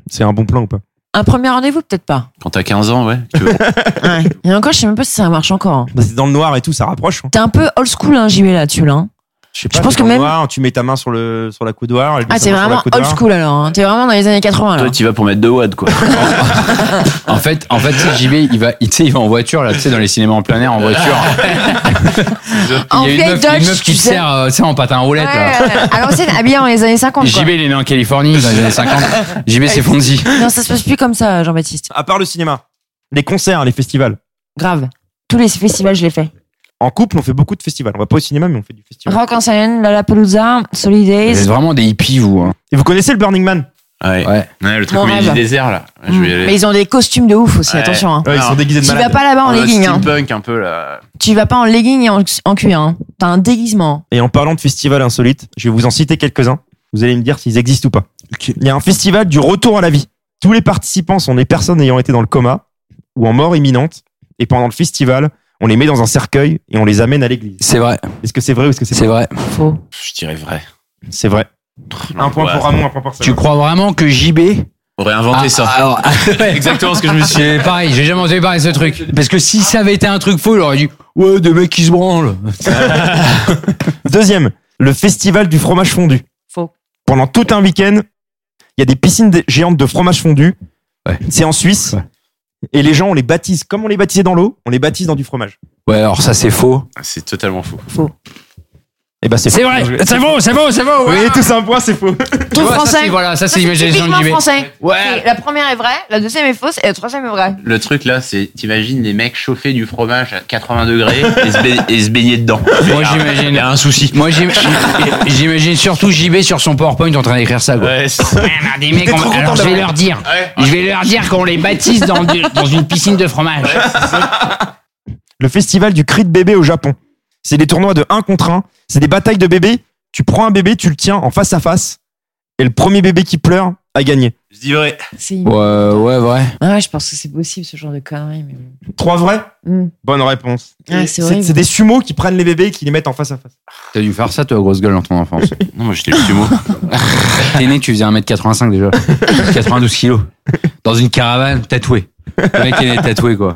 c'est un bon plan ou pas
Un premier rendez-vous, peut-être pas.
Quand t'as 15 ans, ouais. tu veux-
Ouais. Et encore, je sais même pas si ça marche encore. hein.
Bah, C'est dans le noir et tout, ça rapproche. hein.
T'es un peu old school, hein, JB, là-dessus, là. hein.
sais pas,
Je pense
c'est
que
dans le
même-
noir, tu mets ta main sur le sur la coudoir. elle met
Ah,
sa
t'es
main sur la
vraiment old
coudoir.
school, alors. hein. T'es vraiment dans les années 80, là.
Toi, t'y vas pour mettre deux wads, quoi.
En fait, en fait, tu sais, JB, il va, il, tu sais, il va en voiture, là, tu sais, dans les cinémas en plein air, en voiture.
En
il y a
vieille
une meuf, une
Dodge,
meuf qui
tu
te
sais.
sert, euh, tu sais, en patin roulette, là.
Ouais, à l'ancienne, habillé dans les années 50. quoi.
JB, il est né en Californie, dans les années 50. JB, c'est Fonzie.
Non, ça se passe plus comme ça, Jean-Baptiste.
À part le cinéma, les concerts, les festivals.
Grave. Tous les festivals, je les fais.
En couple, on fait beaucoup de festivals. On va pas au cinéma, mais on fait du festival.
Rock en scène, La Lapalooza,
Vous êtes
Solidays.
vraiment des hippies, vous. hein.
Et vous connaissez le Burning Man
Ouais.
Ouais.
Ouais, le truc
Mon
comédie
rêve. Mmh.
du désert, là. Je vais y aller.
Mais ils ont des costumes de ouf aussi,
Ouais.
attention. Hein.
Ouais, ils
Alors,
sont déguisés de
Tu vas
malades.
pas là-bas en
En mode
legging. Hein.
steampunk, un peu, là.
Tu vas pas en legging et en, en cuir. Hein. T'as un déguisement.
Et en parlant de festivals insolites, je vais vous en citer quelques-uns. Vous allez me dire s'ils existent ou pas. Il y a un festival du retour à la vie. Tous les participants sont des personnes ayant été dans le coma ou en mort imminente. Et pendant le festival, on les met dans un cercueil et on les amène à l'église.
C'est vrai,
Est-ce que c'est vrai ou est-ce que c'est
c'est
pas
vrai.
Faux.
Je dirais vrai.
C'est vrai. Un point
Ouais.
pour Ramon, un point pour ça.
Tu crois vraiment que JB
Aurait inventé
Ah,
ça.
alors-
Exactement ce que je me suis
C'est pareil, j'ai jamais entendu parler de ce truc. Parce que si ça avait été un truc faux, il aurait dit Ouais, des mecs qui se branlent.
Deuxième, le festival du fromage fondu.
Faux.
Pendant tout un week-end, il y a des piscines de- géantes de fromage fondu.
Ouais.
C'est en Suisse.
Ouais.
Et les gens, on les baptise comme on les baptisait dans l'eau, on les baptise dans du fromage.
Ouais, alors ça, c'est faux.
C'est totalement fou.
Et bah c'est
C'est
faux.
vrai, c'est faux, c'est faux, c'est faux.
Oui,
ouais.
tous un point, c'est faux.
Tout
Ouais, ça,
français.
c'est- voilà, ça,
Ça,
c'est l'imagination de
typiquement
JB.
français.
Ouais.
Et La première est vraie, la deuxième est fausse et la troisième est vraie.
Le truc là, c'est t'imagines les mecs chauffer du fromage à 80 degrés et se, ba- et se baigner dedans.
Moi,
Mais, ah,
j'imagine.
Il y a un souci.
Moi, j'im- j'imagine surtout JB sur son PowerPoint en train d'écrire ça. Quoi.
Ouais, c'est-
Ouais, bah, des mecs, on- alors je vais leur dire.
ouais.
Je vais leur dire qu'on les baptise dans, du- dans une piscine de fromage.
Le festival du cri de bébé au Japon. C'est des tournois de 1 contre 1. C'est des batailles de bébés. Tu prends un bébé, tu le tiens en face à face. Et le premier bébé qui pleure a gagné.
Je dis vrai.
C'est
Ouais, ouais, vrai.
Ah ouais, je pense que c'est possible ce genre de conneries. Mais...
Trois vrais
Mm.
Bonne réponse.
Ah,
Et
c'est horrible.
c'est des sumos qui prennent les bébés et qui les mettent en face à face.
T'as dû faire ça, toi, grosse gueule, dans ton enfance.
Non, moi j'étais le sumo.
T'es né, tu faisais 1m85 déjà. 92 kilos. Dans une caravane, tatoué. Le mec est né tatoué, quoi.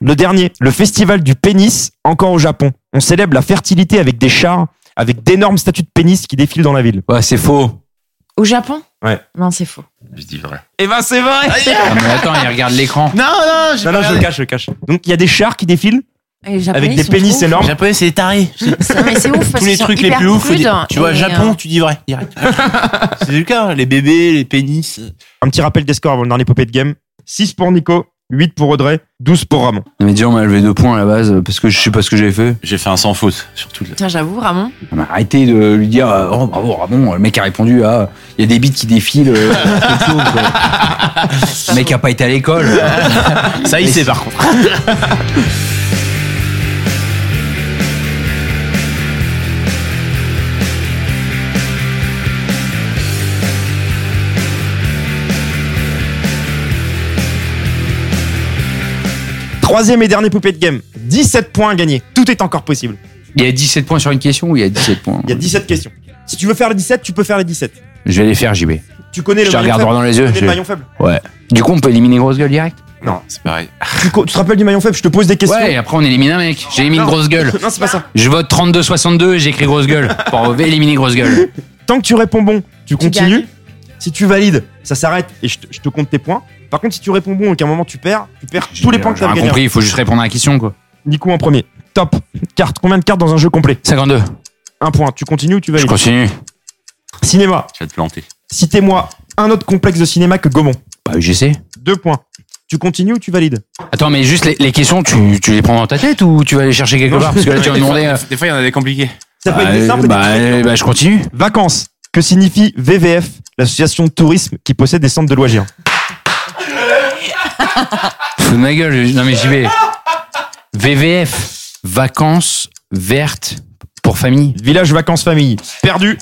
Le dernier, le festival du pénis, encore au Japon. On célèbre la fertilité avec des chars, avec d'énormes statues de pénis qui défilent dans la ville.
Ouais, c'est faux.
Au Japon
Ouais.
Non, c'est faux.
Je dis vrai.
Eh ben c'est vrai
Ah, mais attends, il regarde l'écran.
Non, non, je le cache, je le cache. Donc il y a des chars qui défilent
Et les Japonais,
Avec
ils
des
sont
pénis
ouf.
énormes.
Japonais, c'est taré.
Ça, mais c'est ouf parce
Tous les
qu'ils sont
trucs les
hyper
plus ouf.
prudes
tu vois,
et,
Japon,
euh,
tu dis vrai. direct. c'est le cas, les bébés, les pénis.
Un petit rappel des scores avant le dernier popé de game. 6 pour Nico, 8 pour Audrey, 12 pour Ramon.
Non, Mais dis, on m'a levé deux points à la base euh, parce que je sais pas ce que j'avais fait.
J'ai fait un sans faute, surtout.
Tiens, j'avoue, Ramon.
Ah bah, Arrêtez de lui dire euh, Oh bravo Ramon, le mec a répondu à Il y a des bits qui défilent. euh, c'est tout, quoi. le mec a pas été à l'école.
Ça, il sait, par contre.
Troisième et dernier poupée de game. 17 points à gagner. Tout est encore possible.
Il y a 17 points sur une question ou il y a 17 points
Il y a 17 questions. Si tu veux faire les 17, tu peux faire les 17.
Je vais les faire, JB.
Tu connais
Je
le
te
maillon
regarde
faible.
droit dans les yeux.
Tu connais
je-
le maillon faible.
Ouais. Du coup, on peut éliminer Grosse Gueule direct
Non,
c'est pareil.
Tu, co- tu te rappelles du maillon faible Je te pose des questions.
Ouais, et après on élimine un mec. J'élimine
Non.
Grosse Gueule.
Non, c'est pas ça.
Je vote 32-62 et j'écris Grosse Gueule pour éliminer Grosse Gueule.
Tant que tu réponds bon, tu
gagnes.
continues. Si tu valides, ça s'arrête et je te, je te compte tes points. Par contre, si tu réponds bon et qu'à un moment tu perds, tu perds tous les points que tu
J'ai
as
rien
gagnés.
compris, il faut juste répondre à la question quoi.
Nico en premier. Top. Carte. Combien de cartes dans un jeu complet
52.
Un point. Tu continues ou tu
Je
valides
continue.
Cinéma.
Tu vas te planter.
Citez-moi un autre complexe de cinéma que Gaumont.
Bah, UGC.
Deux points. Tu continues ou tu valides
Attends, mais juste les, les questions, tu, tu les prends dans ta tête ou tu vas les chercher quelque part Parce que là, tu vas me demander. euh,
Des fois, il y en a des compliqués.
Ça peut être
bah,
des simples et des
bah, euh, bah, je continue.
Vacances. Que signifie VVF, l'association de tourisme qui possède des centres de loisirs
Fous de ma gueule. je- Non, mais j'y vais. VVF. Vacances vertes pour famille.
Village vacances famille. Perdu.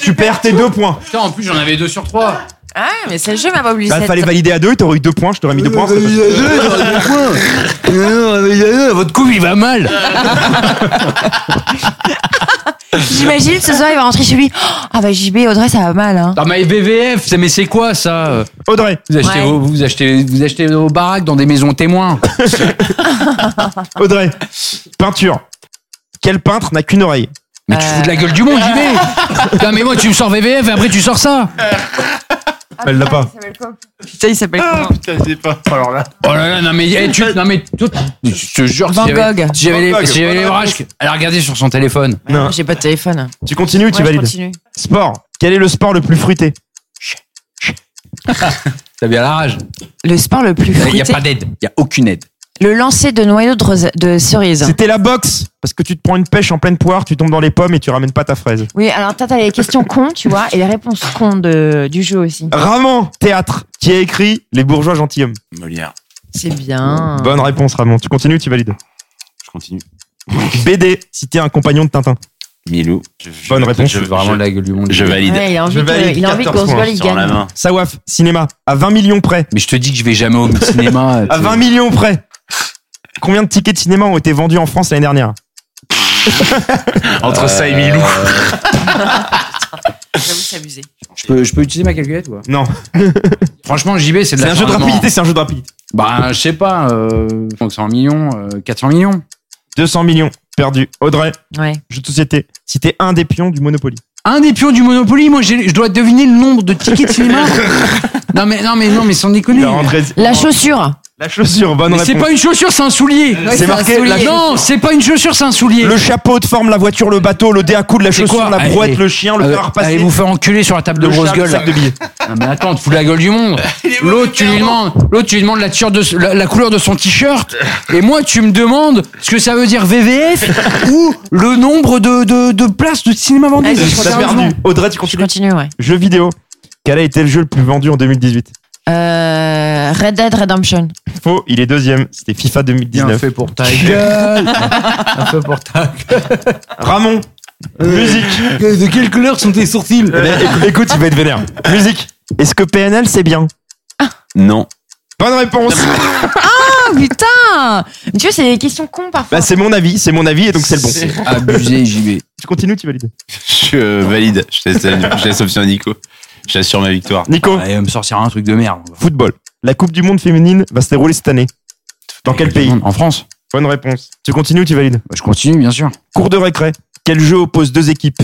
tu perds tes deux points.
Putain, en plus, j'en avais deux sur trois.
Ah, mais c'est le jeu, m'a pas oublié.
Bah,
cette-
fallait valider à deux, t'aurais eu deux points, je t'aurais mis deux points. c'est pas-
Votre coup, il va mal.
J'imagine ce soir il va rentrer chez lui. Oh, ah bah JB, Audrey ça va mal hein.
Non, mais VVF, ça- mais c'est quoi ça
Audrey,
vous achetez,
Ouais.
vos, vous, achetez, vous achetez vos baraques dans des maisons témoins.
Audrey, peinture. Quel peintre n'a qu'une oreille
Mais
Euh.
tu te fous de la gueule du monde, j'y vais. Putain, mais moi, tu me sors VVF et après, tu sors ça.
Elle l'a pas.
Putain, il s'appelle comment
Putain, je sais pas. Alors là.
Oh là là, non mais, eh, tu, non mais, toi, je te jure, que
Van
si j'avais-
Gogh.
si j'avais
Van
les,
Gogh,
si j'avais les
voilà.
braches, elle a regardé sur son téléphone.
Non.
J'ai pas de téléphone.
Tu continues ou Ah. tu
Ouais, je
valides
continue.
Sport. Quel est le sport le plus fruité
T'as bien la rage.
Le sport le plus
Il n'y a
fruité.
pas d'aide, il n'y a aucune aide.
Le lancer de noyaux de, rose- de cerises.
C'était la boxe. Parce que tu te prends une pêche en pleine poire, tu tombes dans les pommes et tu ramènes pas ta fraise.
Oui, alors t'as t'as les questions cons, tu vois, et les réponses cons de, du jeu aussi.
Ah. Ramon, théâtre, qui a écrit Les bourgeois gentilshommes.
Molière.
C'est bien.
Ah.
Bonne réponse, Ramon. Tu continues ou tu valides
Je continue.
BD, si t'es un compagnon de Tintin.
Milou. Je- je-
Bonne réponse.
Je,
C'est vraiment de
je,
la gueule du monde.
je valide.
Ouais, il a envie
Je
de-
valide
il a envie de
14
Gourse
points
Goal, il
Sur la
gagne.
main.
Sawaf, cinéma, à 20 millions près.
Mais je te dis que je vais jamais au cinéma.
À 20 millions près. Combien de tickets de cinéma ont été vendus en France l'année dernière
Entre ça et
Euh,
Milou.
J'avoue, c'est abusé.
Je peux, je peux utiliser ma calculette ou
Non.
Franchement, JB, c'est de
C'est
la
un jeu de
fin,
rapidité, c'est un jeu de rapidité.
vraiment. Bah, je sais pas, euh, 500 millions, euh, 400 millions.
200 millions perdu. Audrey,
Ouais.
jeu de société. Si t'es un des pions du Monopoly.
Un des pions du Monopoly, moi, j'ai- je dois deviner le nombre de tickets de cinéma. non, mais, non, mais, non, mais sans déconner.
Il a rentré-
La chaussure.
La chaussure, bonne
Mais c'est
réponse.
pas une chaussure, c'est un soulier.
c'est marqué la
Non, c'est pas une chaussure, c'est un soulier.
Le chapeau de forme, la voiture, le bateau, le dé à coups de la
C'est
chaussure,
quoi
la brouette,
Allez,
le chien, le
Euh,
fer à repasser.
allez vous faire enculer sur la table de
le
grosse
chat, le
gueule.
sac de billets.
Non mais attends, tu fous de la gueule du monde. L'autre, tu lui demandes, l'autre, tu lui demandes la, ture de, la, la couleur de son t-shirt, et moi, tu me demandes ce que ça veut dire VVF ou le nombre de, de, de places de cinéma vendues.
Allez, je
T'as
regarde.
perdu. Audrey, tu
Je
continues.
continue, ouais.
Jeu vidéo. Quel a été le jeu le plus vendu en 2018
Euh, Red Dead Redemption.
Faux, il est deuxième. C'était FIFA 2019.
fait pour ta gueule. Un peu pour ta
Ramon, musique.
gueule. Euh, De quelle couleur sont tes sourcils
Eh ben, éc- Écoute, il va être vénère. Musique. Est-ce que PNL c'est bien
Non.
Bonne réponse.
Oh putain Mais Tu vois, c'est des questions cons parfois.
Bah c'est mon avis, c'est mon avis et donc c'est le bon.
C'est-
Abusé, JB.
Tu continues, tu valides.
Je euh, valide. Je laisse, je laisse option à Nico. J'assure ma victoire.
Nico,
Elle va me sortir un truc de merde.
football. La Coupe du Monde féminine va se dérouler cette année. Dans quel pays
En France
Bonne réponse. Tu continues, tu valides.
Bah, Je continue, bien sûr.
Cours de récré. Quel jeu oppose deux équipes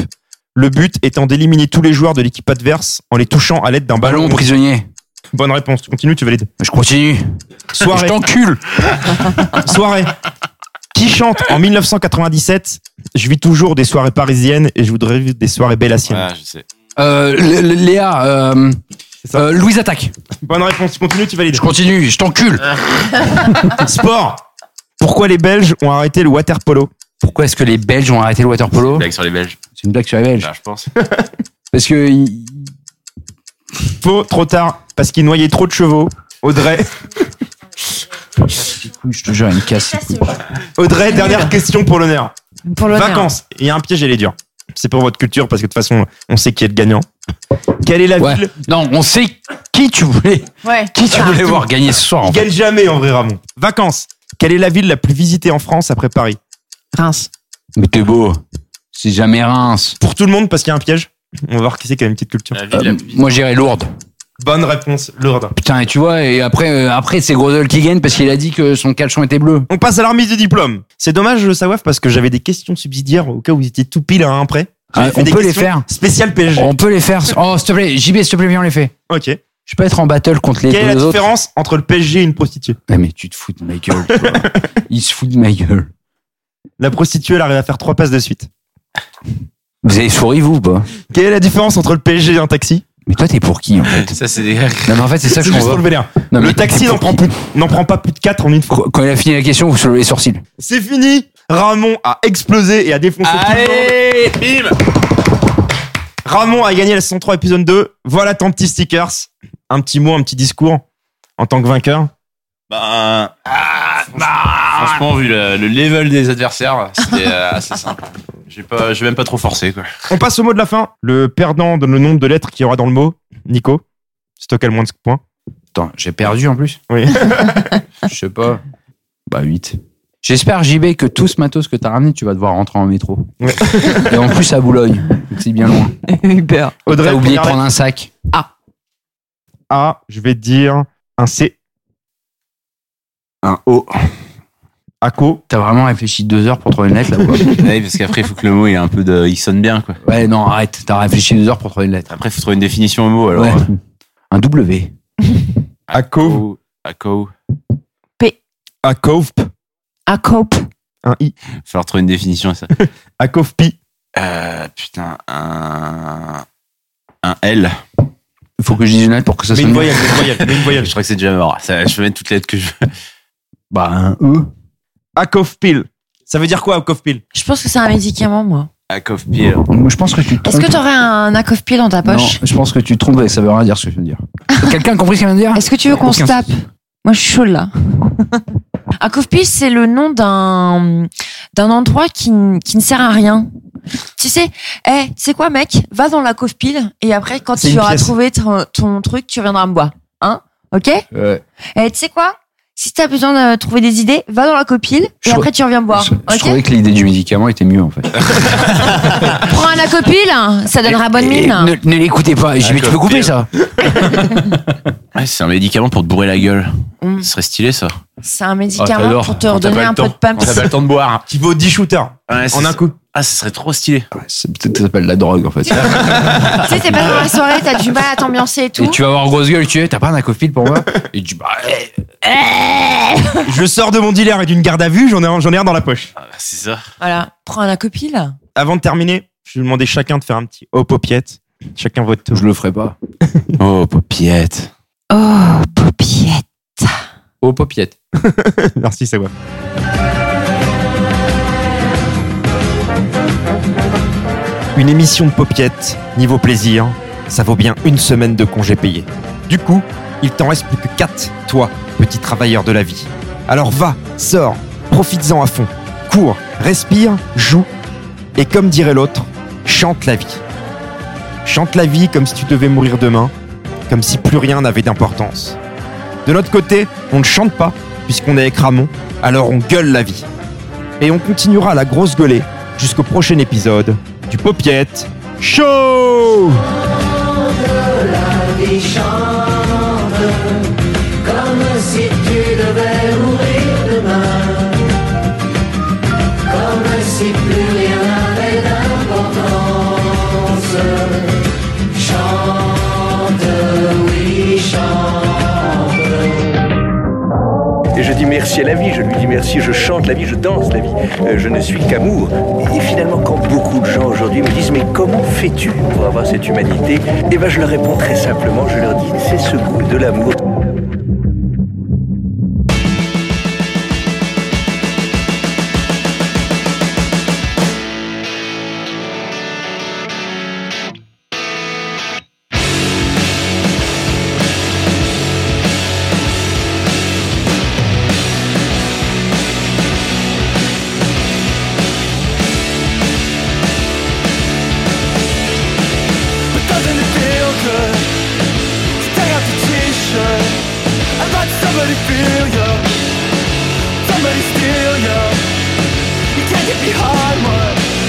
Le but étant d'éliminer tous les joueurs de l'équipe adverse en les touchant à l'aide d'un ballon.
Ballon prisonnier.
Bonne réponse. Tu continues, tu valides.
Je continue. Je
Soirée.
t'encule.
Soirée. qui chante en 1997 Je vis toujours des soirées parisiennes et je voudrais vivre des soirées bélassiennes.
Ah, je sais.
Euh, Lé- Lé- Léa, euh, euh, Louise attaque.
Bonne réponse, tu continues, tu valides. Je
continue, je t'encule.
Sport Pourquoi les Belges ont arrêté le water polo
Pourquoi est-ce que les Belges ont arrêté le water polo
Blague sur les Belges.
C'est une blague sur les Belges.
Ah, je pense.
Parce que. ils-
Faux, trop tard, parce qu'ils noyaient trop de chevaux. Audrey.
Je te jure, une casse.
Audrey, dernière question pour l'honneur.
Pour l'honneur.
Vacances. Il y a un piège, elle est dure. C'est pour votre culture, parce que de toute façon, on sait qui est le gagnant. Quelle est la
Ouais.
ville
Non, on sait qui tu voulais.
Ouais.
Qui tu voulais voir gagner ce soir en
Il
fait
gagne jamais, en vrai, Ramon. Vacances. Quelle est la ville la plus visitée en France après Paris
Reims.
Mais t'es beau. C'est jamais Reims.
Pour tout le monde, parce qu'il y a un piège. On va voir qui c'est qui a une petite culture.
Euh, moi, j'irais Lourdes.
Bonne réponse, Lourdes.
Putain, et tu vois, et après, euh, après c'est Groseul qui gagne parce qu'il a dit que son caleçon était bleu.
On passe à la remise du diplôme. C'est dommage, Sawaf, parce que j'avais des questions subsidiaires au cas où vous étiez tout pile à un près. J'avais
Ah,
fait
on
des
peut les
questions
faire.
Spécial PSG.
On peut les faire. Oh, s'il te plaît, JB, s'il te plaît, viens, on les fait.
Ok.
Je peux être en battle contre les
Quelle est la
deux autres.
différence entre le PSG et une prostituée
Ah, mais tu te fous de ma gueule, toi. Il se fout de ma gueule.
La prostituée, elle arrive à faire trois passes de suite.
Vous avez souri, vous, ou pas
Quelle est la différence entre le PSG et un taxi
Mais toi, t'es pour qui, en fait
Ça, c'est des.
Non, mais en fait, c'est ça que je
juste pour
comprends
le
pas.
vénère.
Non, mais
Le taxi
t'es
n'en
pour
prend,
qui
plus- n'en prend pas plus de quatre en une fois.
Quand il a fini la question, vous soulevez les sourcils.
C'est fini Ramon a explosé et a défoncé tout le monde.
Allez, bim
Ramon a gagné la saison 3 épisode 2. Voilà ton petit stickers. Un petit mot, un petit discours en tant que vainqueur.
Ben.
Ah, bah.
Franchement, vu le, le level des adversaires, c'était euh, assez simple. J'ai pas, j'ai même pas trop forcé, quoi.
On passe au mot de la fin. Le perdant donne le nombre de lettres qu'il y aura dans le mot. Nico, c'est toi qui as le moins de points.
Attends, j'ai perdu en plus
Oui.
Ah.
Je sais pas. Bah, 8. J'espère, JB, que tout ce matos que t'as ramené, tu vas devoir rentrer en métro.
Ouais.
Et en plus à Boulogne. Donc c'est bien loin.
Uber.
Audrey,
T'as oublié de
première
prendre un sac.
A, je vais dire un C.
Un O.
Aco.
T'as vraiment réfléchi deux heures pour trouver une lettre là quoi.
Ouais, Ah parce qu'après, il faut que le mot, il, a un peu de... il sonne bien, quoi.
Ouais, non, arrête. T'as réfléchi deux heures pour trouver une lettre.
Après, il faut trouver une définition au mot, alors.
Ouais. Un W.
Aco.
Ou- À quoi
Acov.
À Cope.
Un I.
Il va falloir trouver une définition à ça.
Acovpi.
Euh, putain, un. Un L.
Il faut que je dise une lettre pour que ça
Mais
sonne
une
bien.
voyelle, mais une voyelle, mais une voyelle.
Je crois que c'est déjà mort. Ça, je vais mettre toutes les lettres que je veux.
Bah, un E.
Acovpil. Ça veut dire quoi, Acovpil
Je pense que c'est un médicament, moi.
À Coffepier.
Moi, je pense que tu te
Est-ce
trompes.
que t'aurais un acofpil dans ta
non,
poche
je pense que tu te trompes et ça veut rien dire ce que je viens de dire. Quelqu'un a compris ce que je viens de dire
Est-ce que tu veux qu'on se
Aucun
tape
Moi, je suis chaude là. Acofpil, c'est le nom d'un d'un endroit qui, n- qui ne sert à rien. Tu sais, eh, tu sais quoi, mec Va dans la Cofpil et après, quand
C'est
tu
une
auras
pièce.
trouvé ton, ton truc, tu reviendras me boire. Hein Ok
Ouais.
Eh, tu sais quoi Si t'as besoin de trouver des idées, va dans la copile
Je
et
trou-
après, tu reviens me boire.
Je, je
Ok
trouvais que l'idée du médicament était mieux en fait.
Prends un acopil, hein, ça donnera bonne
Et- et
mine.
Ne, ne l'écoutez pas, JB, tu peux couper ça.
Ouais, c'est un médicament pour te bourrer la gueule.
Mm.
Ce serait stylé, ça.
C'est un médicament
j'adore.
pour te
On t'a
redonner
pas
un
le
peu de
temps. On t'a pas
pumps.
le temps de boire.
Qui vaut 10 shooters
Ouais, c'est
en un
ça.
coup.
Ah, ce serait trop stylé.
C'est peut-être ça s'appelle la drogue en fait.
tu sais, t'es pas dans la soirée, t'as du mal à t'ambiancer et tout.
Et tu vas voir grosse gueule, tu es, t'as pas un acofil pour moi Et tu bah, eh,
Je sors de mon dealer et d'une garde à vue, j'en ai, un- j'en ai un dans la poche.
Ah, c'est ça.
Voilà, prends un acopil.
Avant de terminer, je vais demander chacun de faire un petit hop popiette. Chacun vote tour.
je le ferai pas.
Oh, popiette.
Oh, paupiette.
Au popiette.
Merci, c'est moi. Une émission de popiette, niveau plaisir, ça vaut bien une semaine de congé payé. Du coup, il t'en reste plus que 4, toi, petit travailleur de la vie. Alors va, sors, profites-en à fond, cours, respire, joue, et comme dirait l'autre, chante la vie. Chante la vie comme si tu devais mourir demain, comme si plus rien n'avait d'importance. De notre côté, on ne chante pas, puisqu'on est avec Ramon, alors on gueule la vie. Et on continuera à la grosse gueulée jusqu'au prochain épisode du Popiette Show
Comme si tu devais mourir demain Comme si plus rien n'avait d'importance Chante, oui, chante
Et je
dis merci à la vie, je lui dis merci, je chante la vie, je danse la vie, euh, je ne suis qu'amour. Et finalement, quand beaucoup de gens aujourd'hui me disent, mais comment fais-tu pour avoir cette humanité Eh bien, je leur réponds très simplement, je leur dis, c'est ce goût de l'amour.
But doesn't it feel good to take off your t-shirt and let somebody feel you? Somebody steal you. You can't get behind one.